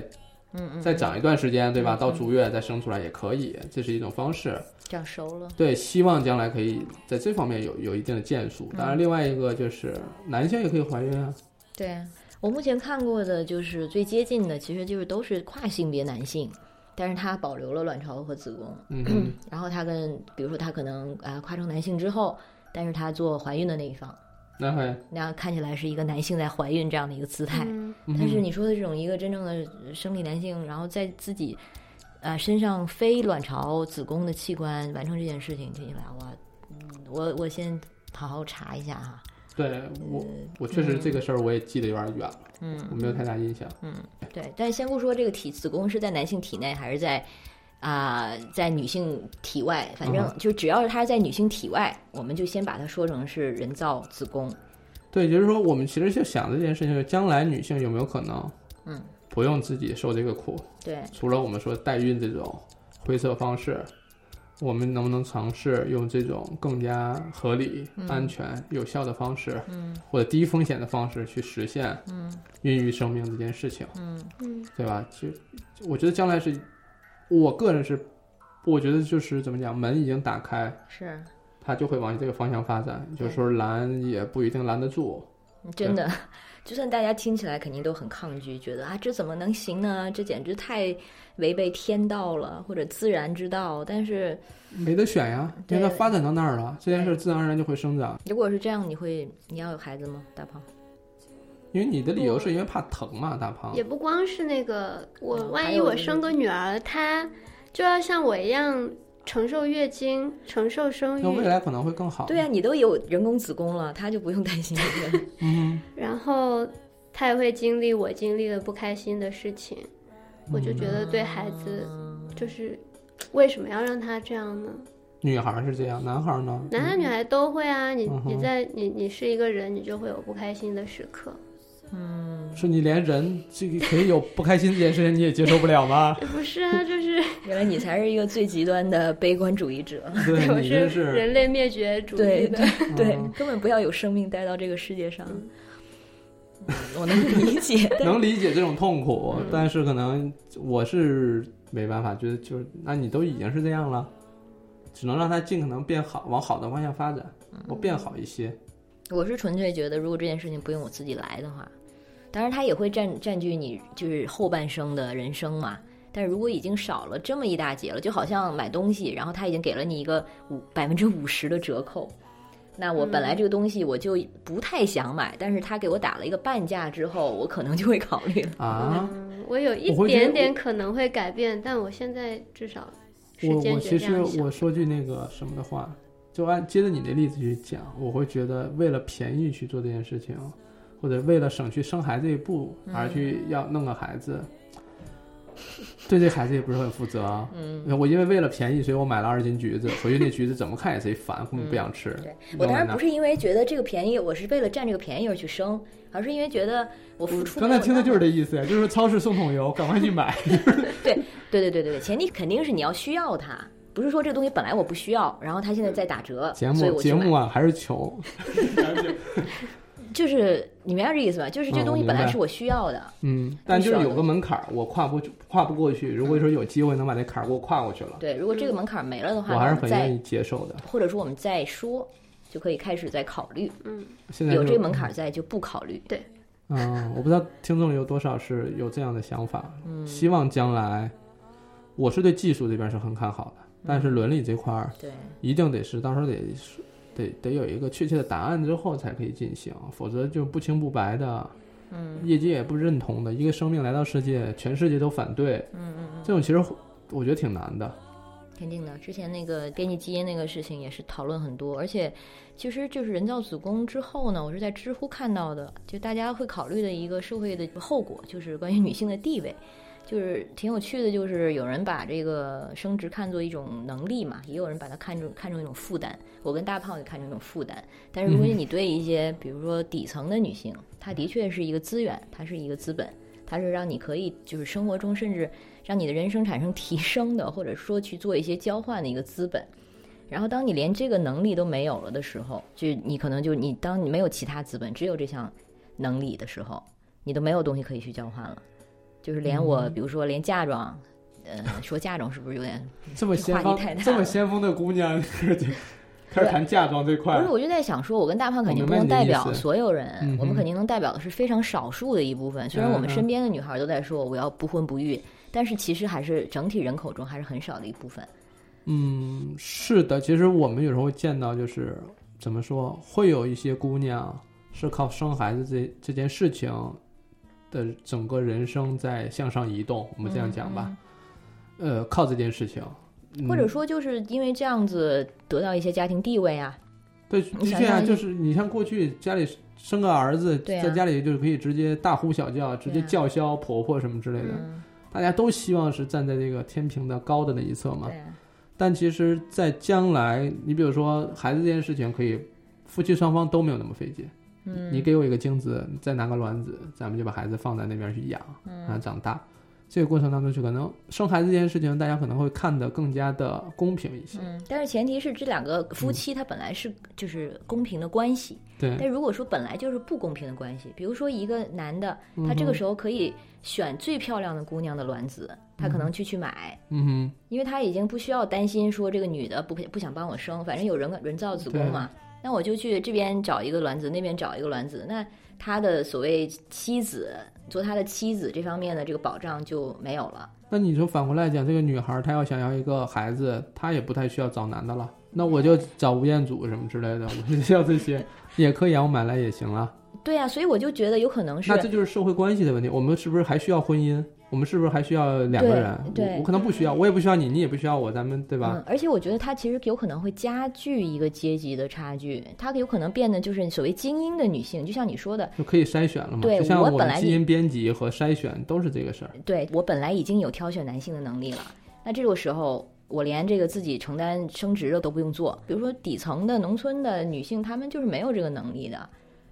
B: 嗯嗯，
C: 再长一段时间，对吧？到足月再生出来也可以，这是一种方式。
B: 长熟了。
C: 对，希望将来可以在这方面有有一定的建树。当
B: 嗯
C: 然，另外一个就是男性也可以怀孕啊，
B: 对我目前看过的，就是最接近的，其实就是都是跨性别男性，但是他保留了卵巢和子宫，
C: 嗯哼，
B: 然后他跟比如说他可能呃跨成男性之后，但是他做怀孕的那一方，
C: 那会，
B: 那样看起来是一个男性在怀孕这样的一个姿态。
D: 嗯
C: 嗯
B: 但是
C: 哼
B: 你说的这种一个真正的生理男性，然后在自己呃身上非卵巢、子宫的器官完成这件事情，听起来哇，嗯我我先好好查一下啊哈。
C: 对我我确实这个事儿我也记得有点远了，
B: 呃嗯，
C: 我没有太大印象。
B: 对，但先不说这个体子宫是在男性体内还是在啊、在女性体外，反正就只要是它是在女性体外，我们就先把它说成是人造子宫。
C: 对，就是说我们其实就想这件事情，就是将来女性有没有可能，
B: 嗯，
C: 不用自己受这个苦，
B: 对，
C: 除了我们说代孕这种灰色方式，我们能不能尝试用这种更加合理、安全、有效的方式，嗯，或者低风险的方式去实现，嗯，孕育生命这件事情，
D: 嗯
C: 对吧？其实我觉得将来是，我个人是，我觉得就是怎么讲，门已经打开，
B: 是
C: 它就会往这个方向发展，有时候拦也不一定拦得住。
B: 真的， 就算大家听起来肯定都很抗拒，觉得啊这怎么能行呢？这简直太违背天道了，或者自然之道。但是
C: 没得选呀，因为它
B: 对
C: 发展到那儿了，这件事自然而然就会生长。
B: 如果是这样，你会你要有孩子吗，大胖？
C: 因为你的理由是因为怕疼嘛，大胖
D: 也。不光是那个，我
C: 啊
B: 嗯还
D: 万一
B: 有
D: 我
B: 那
D: 生个女儿，她就要像我一样承受月经、承受生
C: 那未
D: 育，
C: 来可能会更好。
B: 对啊，你都有人工子宫了，他就不用担心这个。
C: 嗯
D: 然后她也会经历我经历的不开心的事情。我 就觉得对孩子，
C: 嗯
D: 就是为什么要让她这样呢？
C: 哼，女孩是这样，男孩呢？
D: 男孩女孩都会啊，你
C: 嗯哼
D: 你在你你是一个人，你就会有不开心的时刻。
B: 嗯
C: 是你连人这个可以有不开心这件事情你也接受不了 吗？
D: 不是啊，就是
B: 原来你才是一个最极端的悲观主义者。
C: 对
D: 我
C: 你这
D: 是
C: 是
D: 人类灭绝主义
B: 对
D: 的。
B: 对对
C: 嗯，
B: 根本不要有生命带到这个世界上。嗯我能理解，但
C: 能理解这种痛苦，
D: 嗯
C: 但是可能我是没办法，觉得就是那你都已经是这样了，只能让它尽可能变好，往好的方向发展，
D: 嗯
C: 我变好一些。
B: 我是纯粹觉得，如果这件事情不用我自己来的话，当然它也会占占据你就是后半生的人生嘛。但如果已经少了这么一大截了，就好像买东西，然后他已经给了你一个五百分之五十的折扣，那我本来这个东西我就不太想买，但是他给我打了一个半价之后，我可能就会考虑了。
C: 啊，
D: 嗯，我有一
C: 我会觉得
D: 点
C: 我
D: 点可能会改变，但我现在至少是
C: 我
D: 坚
C: 我
D: 决
C: 其
D: 这
C: 实
D: 样想。
C: 我说句那个什么的话，就按接着你的例子去讲，我会觉得为了便宜去做这件事情，
B: 嗯
C: 或者为了省去生孩子这一步而去要弄个孩子，对这孩子也不是很负责。嗯，我因为为了便宜，所以我买了二十斤橘子，回去那橘子怎么看也贼烦，根本不想吃。
B: 嗯对我当然不
C: 是。
B: 是因为觉得这个便宜，我是为了占这个便宜而去生，而是因为觉得我付出。
C: 嗯刚才听的就是这意思呀，就是说超市送桶油，赶快去买。
B: 对对对对对对，前提肯定是你要需要它，不是说这个东西本来我不需要，然后它现在在打折，
C: 节
B: 所以我
C: 目
B: 去
C: 节
B: 买
C: 目啊，还是穷。
B: 就是你明白这意思吧？就是这
C: 嗯
B: 东西
C: 我
B: 本
C: 明
B: 来
C: 白
B: 是我需要的，
C: 嗯，但就是有个门槛儿，我跨不跨不过去。如果说有机会能把那坎儿给我跨过去了，
B: 对。如果这个门槛没了的话，
C: 我还
B: 那
C: 是
B: 我们
C: 很
B: 再
C: 愿意接受的。
B: 或者说我们再说，就可以开始再考虑。
D: 嗯
C: 现在
B: 有
C: 就
B: 这个门槛在就不考虑。
C: 嗯，我不知道听众里有多少是有这样的想法。嗯， 希望将来，我是对技术这边是很看好的，
B: 嗯
C: 但是伦理这块儿
B: 对，
C: 一定得是到时候得是得得有一个确切的答案之后才可以进行，否则就不清不白的，嗯，业界也不认同的一个生命来到世界，全世界都反对，嗯嗯这种其实我觉得挺难的。
B: 肯定的。之前那个编辑基因那个事情也是讨论很多，而且其实就是人造子宫之后呢，我是在知乎看到的，就大家会考虑的一个社会的后果，就是关于女性的地位。就是挺有趣的，就是有人把这个升职看作一种能力嘛，也有人把它看成看成一种负担。我跟大胖也看成一种负担。但是如果
C: 嗯
B: 你对一些，比如说底层的女性，她的确是一个资源，她是一个资本，它是让你可以就是生活中甚至让你的人生产生提升的，或者说去做一些交换的一个资本。然后当你连这个能力都没有了的时候，就你可能就你当你没有其他资本，只有这项能力的时候，你都没有东西可以去交换了。就是连我，比如说连嫁妆，呃，说嫁妆是不是有点
C: 这么先锋
B: 话题太大了
C: 这么先锋的姑娘， 开始谈嫁妆这块
B: 不是，，我就在想说，我跟大胖肯定不
C: 我
B: 能
C: 明白
B: 代
C: 你的意
B: 表
C: 思
B: 所有人，
C: 嗯哼
B: 我们肯定能代表的是非常少数的一部分。虽然我们
C: 嗯嗯
B: 身边的女孩都在说我要不婚不育，但是其实还是整体人口中还是很少的一部分。
C: 嗯，是的，其实我们有时候会见到，就是怎么说，会有一些姑娘是靠生孩子这这件事情的整个人生在向上移动，我们这样讲吧，呃，靠这件事情，嗯
B: 或者说就是因为这样子得到一些家庭地位啊，
C: 对，
B: 你
C: 的
B: 想
C: 确啊，
B: 象力
C: 就是你像过去家里生个儿子，
B: 对啊
C: 在家里就是可以直接大呼小叫，直接
B: 对啊
C: 叫嚣婆婆什么之类的，
B: 嗯，
C: 大家都希望是站在这个天平的高的那一侧嘛。
B: 对啊，
C: 但其实，在将来，你比如说孩子这件事情，可以夫妻双方都没有那么费劲。
B: 嗯，
C: 你给我一个精子，再拿个卵子，咱们就把孩子放在那边去养，
B: 嗯
C: 让他长大。这个过程当中，就可能生孩子这件事情，大家可能会看得更加的公平一些。
B: 嗯，但是前提是这两个
C: 嗯
B: 夫妻他本来是就是公平的关系，
C: 对，
B: 但如果说本来就是不公平的关系，比如说一个男的，他这
C: 嗯
B: 个
C: 哼
B: 时候可以选最漂亮的姑娘的卵子，他可能去去买。
C: 嗯哼，
B: 因为他已经不需要担心说这个女的不不想帮我生，反正有人人造子宫嘛，那我就去这边找一个卵子，那边找一个卵子，那他的所谓妻子做他的妻子这方面的这个保障就没有了。
C: 那你说反过来讲，这个女孩儿她要想要一个孩子，她也不太需要找男的了，那我就找吴彦祖什么之类的，我就要这些也可以啊，我买来也行啊。
B: 对呀、所以我就觉得有可能是
C: 那这就是社会关系的问题。我们是不是还需要婚姻？我们是不是还需要两个人？
B: 对对
C: 我我可能不需要，我也不需要你，你也不需要我，咱们对吧？
B: 嗯，而且我觉得它其实有可能会加剧一个阶级的差距，它有可能变得就是所谓精英的女性，就像你说的，
C: 就可以筛选了嘛。
B: 对
C: 就像
B: 我
C: 我
B: 本
C: 们
B: 来
C: 基因编辑和筛选都是这个事儿。
B: 对我本来已经有挑选男性的能力了，那这个时候我连这个自己承担升职的都不用做。比如说底层的农村的女性，她们就是没有这个能力的，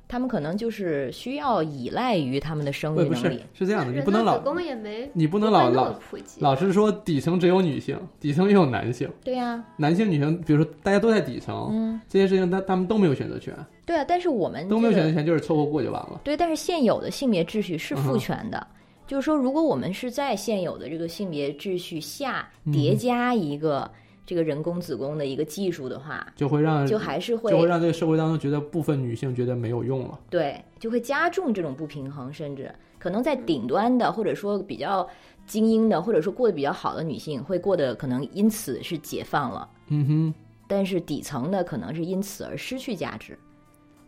B: 她们可能就是需要依赖于她们的生
C: 不
B: 育
C: 不
B: 能
C: 是
B: 力。，
C: 是这样的，你
D: 人
C: 不能
D: 造
C: 老
D: 子宫也没
C: 你不
D: 不
C: 能
D: 会
C: 老
D: 那么
C: 老
D: 普及，
C: 老是说底层只有女性，底层也有男性，
B: 对呀、
C: 男性女性，比如说大家都在底层，
B: 嗯，
C: 这件事情他他们都没有选择权，
B: 对啊，但是我们
C: 都没有
B: 这
C: 选
B: 个
C: 择权，就是凑合过就完了。
B: 对，但是现有的性别秩序是
C: 嗯
B: 父
C: 哼
B: 权的，就是说，如果我们是在现有的这个性别秩序下叠
C: 嗯
B: 加一个这个人工子宫的一个技术的话，
C: 就会让
B: 就还是会
C: 呃就会让这个社会当中觉得部分女性觉得没有用了。
B: 对，就会加重这种不平衡，甚至可能在顶端的，或者说比较精英的，或者说过得比较好的女性，会过得可能因此是解放了，
C: 嗯哼。
B: 但是底层的可能是因此而失去价值。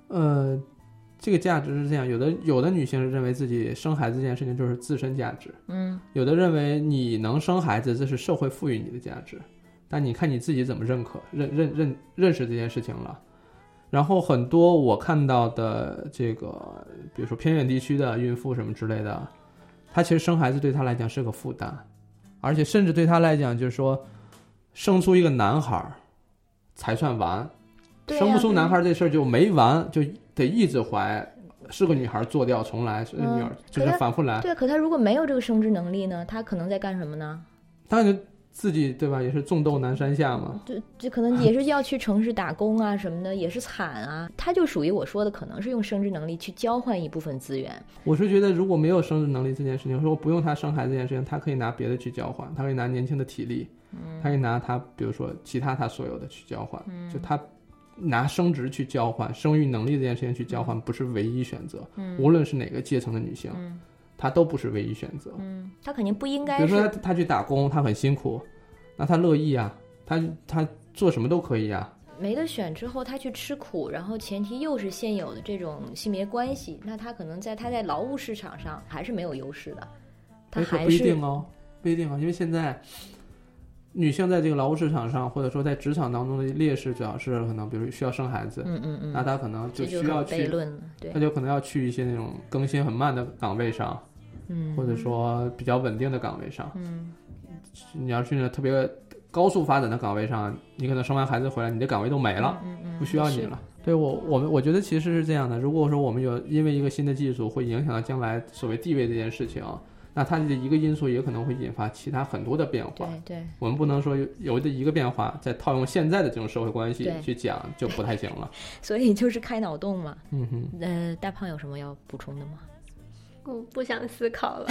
C: 呃，这个价值是这样，有的有的女性是认为自己生孩子这件事情就是自身价值，
B: 嗯，
C: 有的认为你能生孩子这是社会赋予你的价值，但你看你自己怎么认可、认认认认识这件事情了。然后很多我看到的这个，比如说偏远地区的孕妇什么之类的，他其实生孩子对他来讲是个负担，而且甚至对他来讲就是说，生出一个男孩儿才算完，
B: 对
C: 生不
B: 呀
C: 出男孩儿这事儿就没完，就得一直怀，是个女孩儿做掉重来，是个女儿、
B: 嗯
C: 就是
B: 可是
C: 反复来，
B: 对，可他如果没有这个生殖能力呢，他可能在干什么呢？
C: 但是自己对吧，也是种豆南山下嘛，
B: 就就可能也是要去城市打工啊什么的，也是惨啊。他就属于我说的，可能是用生殖能力去交换一部分资源。
C: 我是觉得，如果没有生殖能力这件事情，我说我不用他生孩子这件事情，他可以拿别的去交换，他可以拿年轻的体力，
B: 嗯
C: 他可以拿他比如说其他他所有的去交换，就他拿生殖去交换，生育能力这件事情去交换，不是唯一选择。无论是哪个阶层的女性，
B: 嗯
C: 她都不是唯一选择。
B: 嗯，他肯定不应
C: 比
B: 该
C: 如说
B: 是
C: 他他去打工，他很辛苦，那他乐意啊，他他做什么都可以啊。
B: 没得选之后他去吃苦，然后前提又是现有的这种性别关系，那他可能在他在劳务市场上还是没有优势的，他
C: 哎可
B: 还
C: 不一
B: 是
C: 定哦，不一定啊，因为现在女性在这个劳务市场上，或者说在职场当中的劣势，主要是可能，比如需要生孩子，
B: 嗯嗯
C: 那
B: 嗯，
C: 她可能
B: 这就
C: 需要
B: 很悖
C: 去，
B: 论了，对
C: 她，就可能要去一些那种更新很慢的岗位上，
B: 嗯
C: 或者说比较稳定的岗位上。
B: 嗯
C: 你要去那特别高速发展的岗位上，你可能生完孩子回来，你的岗位都没了。
B: 嗯嗯，
C: 不需要你
B: 是
C: 了。对我，我们我觉得其实是这样的。如果说我们有因为一个新的技术会影响到将来所谓地位这件事情，那它的一个因素也可能会引发其他很多的变化。
B: 对对，
C: 我们不能说有有的一个变化再套用现在的这种社会关系
B: 对
C: 去讲就不太行 了。
B: 所以就是开脑洞嘛。
C: 嗯哼，
B: 呃，大胖有什么要补充的吗？
D: 我嗯不想思考了。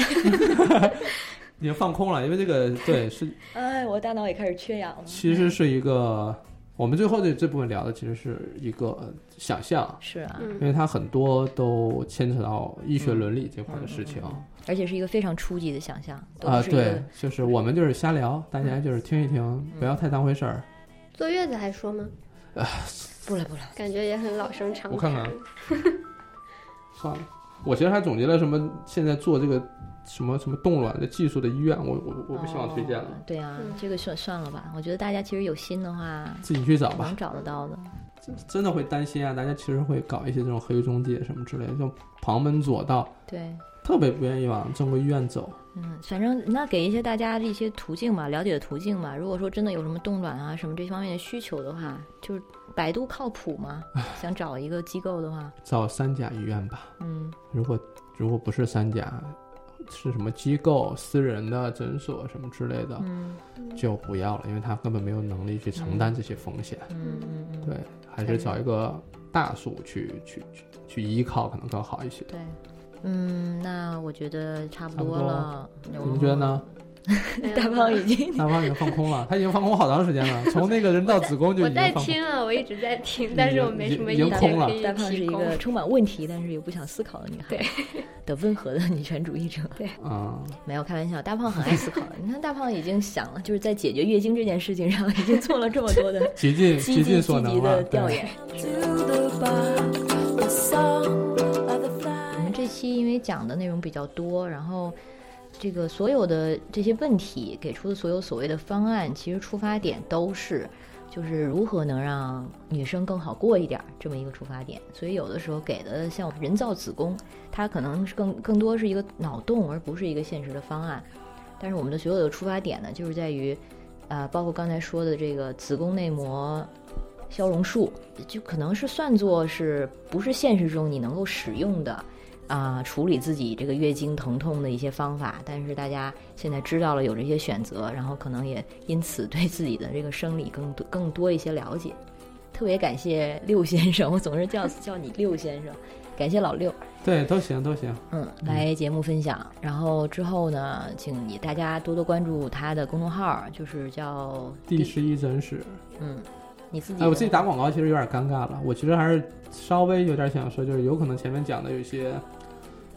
C: 已经放空了，因为这 个对是
B: 哎，我大脑也开始缺氧了。
C: 其实是一个我们最后这这部分聊的其实是一个呃想象，
B: 是啊，
D: 嗯
C: 因为它很多都牵扯到医学伦理这块的事情。
B: 而且是一个非常初级的想象，都
C: 啊、
B: 不是一个嗯
C: 对，就是我们就是瞎聊，大家就是听一听，不要太当回事儿。
D: 坐月子还说吗？
B: 不了不了，
D: 感觉也很老生常谈。
C: 我看啊看算了，我其实还总结了什么现在做这个什么什么冻卵的技术的医院，我我我不希望推荐了，
B: 哦对啊
D: 嗯，
B: 这个算算了吧。我觉得大家其实有心的话，
C: 自己去找吧
B: 能。找得到的。
C: 真的会担心啊，大家其实会搞一些这种黑中介什么之类的，就旁门左道，
B: 对，
C: 特别不愿意往正规医院走。
B: 嗯，反正那给一些大家一些途径吧，了解的途径吧。如果说真的有什么冻卵啊什么这方面的需求的话，就是百度靠谱 嘛。想找一个机构的话，
C: 找三甲医院吧，
B: 嗯，
C: 如果如果不是三甲，是什么机构、私人的诊所什么之类的，
B: 嗯
C: 就不要了，因为他根本没有能力去承担这些风险。
B: 嗯 嗯嗯，
C: 对，还是找一个大数去去去去依靠，可能更好一些。
B: 对，嗯，那我觉得差不
C: 差不
B: 多
C: 多
B: 了。你
C: 你们觉 得？呢？
D: 没有
B: 大胖已经
C: 大胖已经放空了，他已经放空好长时间了，从那个人造子宫就
D: 我
C: 已经
D: 在
C: 放空。
D: 听啊，我一直在听，但是我没什么
C: 已
D: 意
C: 经
D: 见
C: 已经空了
D: 可以
B: 大胖是
D: 提
B: 一
D: 供嗯
B: 个。充满问题，但是又不想思考的女孩，的温和的女权主义 者。对，
C: 啊、
B: 没有开玩笑，大胖很爱思考。你看，大胖已经想了，就是在解决月经这件事情上，已经做了这么多 的
C: 竭尽
B: 积极
C: 竭尽
B: 积
C: 所
B: 极
C: 能
B: 的
C: 了。
B: 调
C: 对，
B: 研。
A: To the bar, the song of the
B: 我们
A: fly.
B: 这期因为讲的内容比较多，然后这个所有的这些问题给出的所有所谓的方案，其实出发点都是就是如何能让女生更好过一点儿这么一个出发点。所以有的时候给的像人造子宫，它可能是更更多是一个脑洞，而不是一个现实的方案。但是我们的所有的出发点呢，就是在于，呃，包括刚才说的这个子宫内膜消融术，就可能是算作是不是现实中你能够使用的，啊、处理自己这个月经疼痛的一些方法。但是大家现在知道了有这些选择，然后可能也因此对自己的这个生理更多更多一些了解。特别感谢六先生，我总是 叫叫你六先生，感谢老六。
C: 对，都行都行。
B: 嗯，来节目分享。然后之后呢，请你大家多多关注他的公众号，就是叫
C: 第十一诊室，
B: 嗯，你自己的。
C: 哎，我自己打广告其实有点尴尬了。我其实还是稍微有点想说，就是有可能前面讲的有一些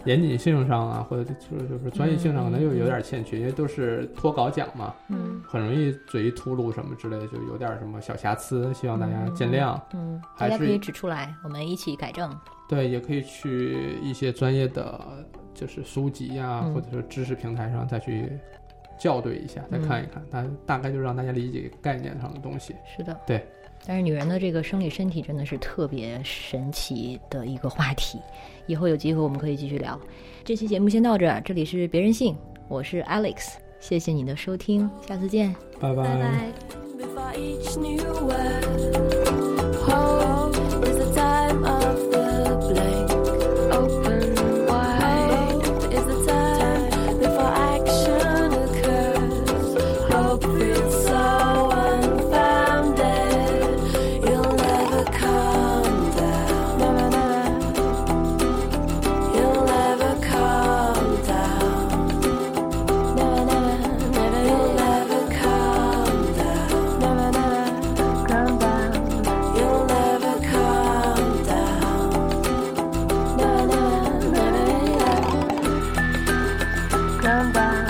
C: 严谨性上啊，或者就是就是专业性上可能又有点欠缺，因为都是脱稿讲嘛。
B: 嗯
C: 很容易嘴一秃噜什么之类的，就有点什么小瑕疵，希望大家见谅。
B: 嗯，大
C: 还
B: 家
C: 是
B: 可以指出来，我们一起改正。
C: 对，也可以去一些专业的就是书籍呀、
B: 嗯
C: 或者说知识平台上再去校对一下，再看一看，大大概就让大家理解概念上的东西。
B: 是的，
C: 对。
B: 但是女人的这个生理身体真的是特别神奇的一个话题，以后有机会我们可以继续聊。这期节目先到这儿，这里是别任性，我是 Alex，谢谢你的收听，下次见。
C: 拜
D: 拜拜。
A: Before each new word, home is the time of the blank.
D: Open wide.
A: Home is the time before action occurs. Hope is so unfounded, you'll never calm down. Na, na, na. You'll never calm down. Na, na, na, na. You'll never calm down. Na, na, na. You'll never calm down. Na, na, na, na, na. Come back.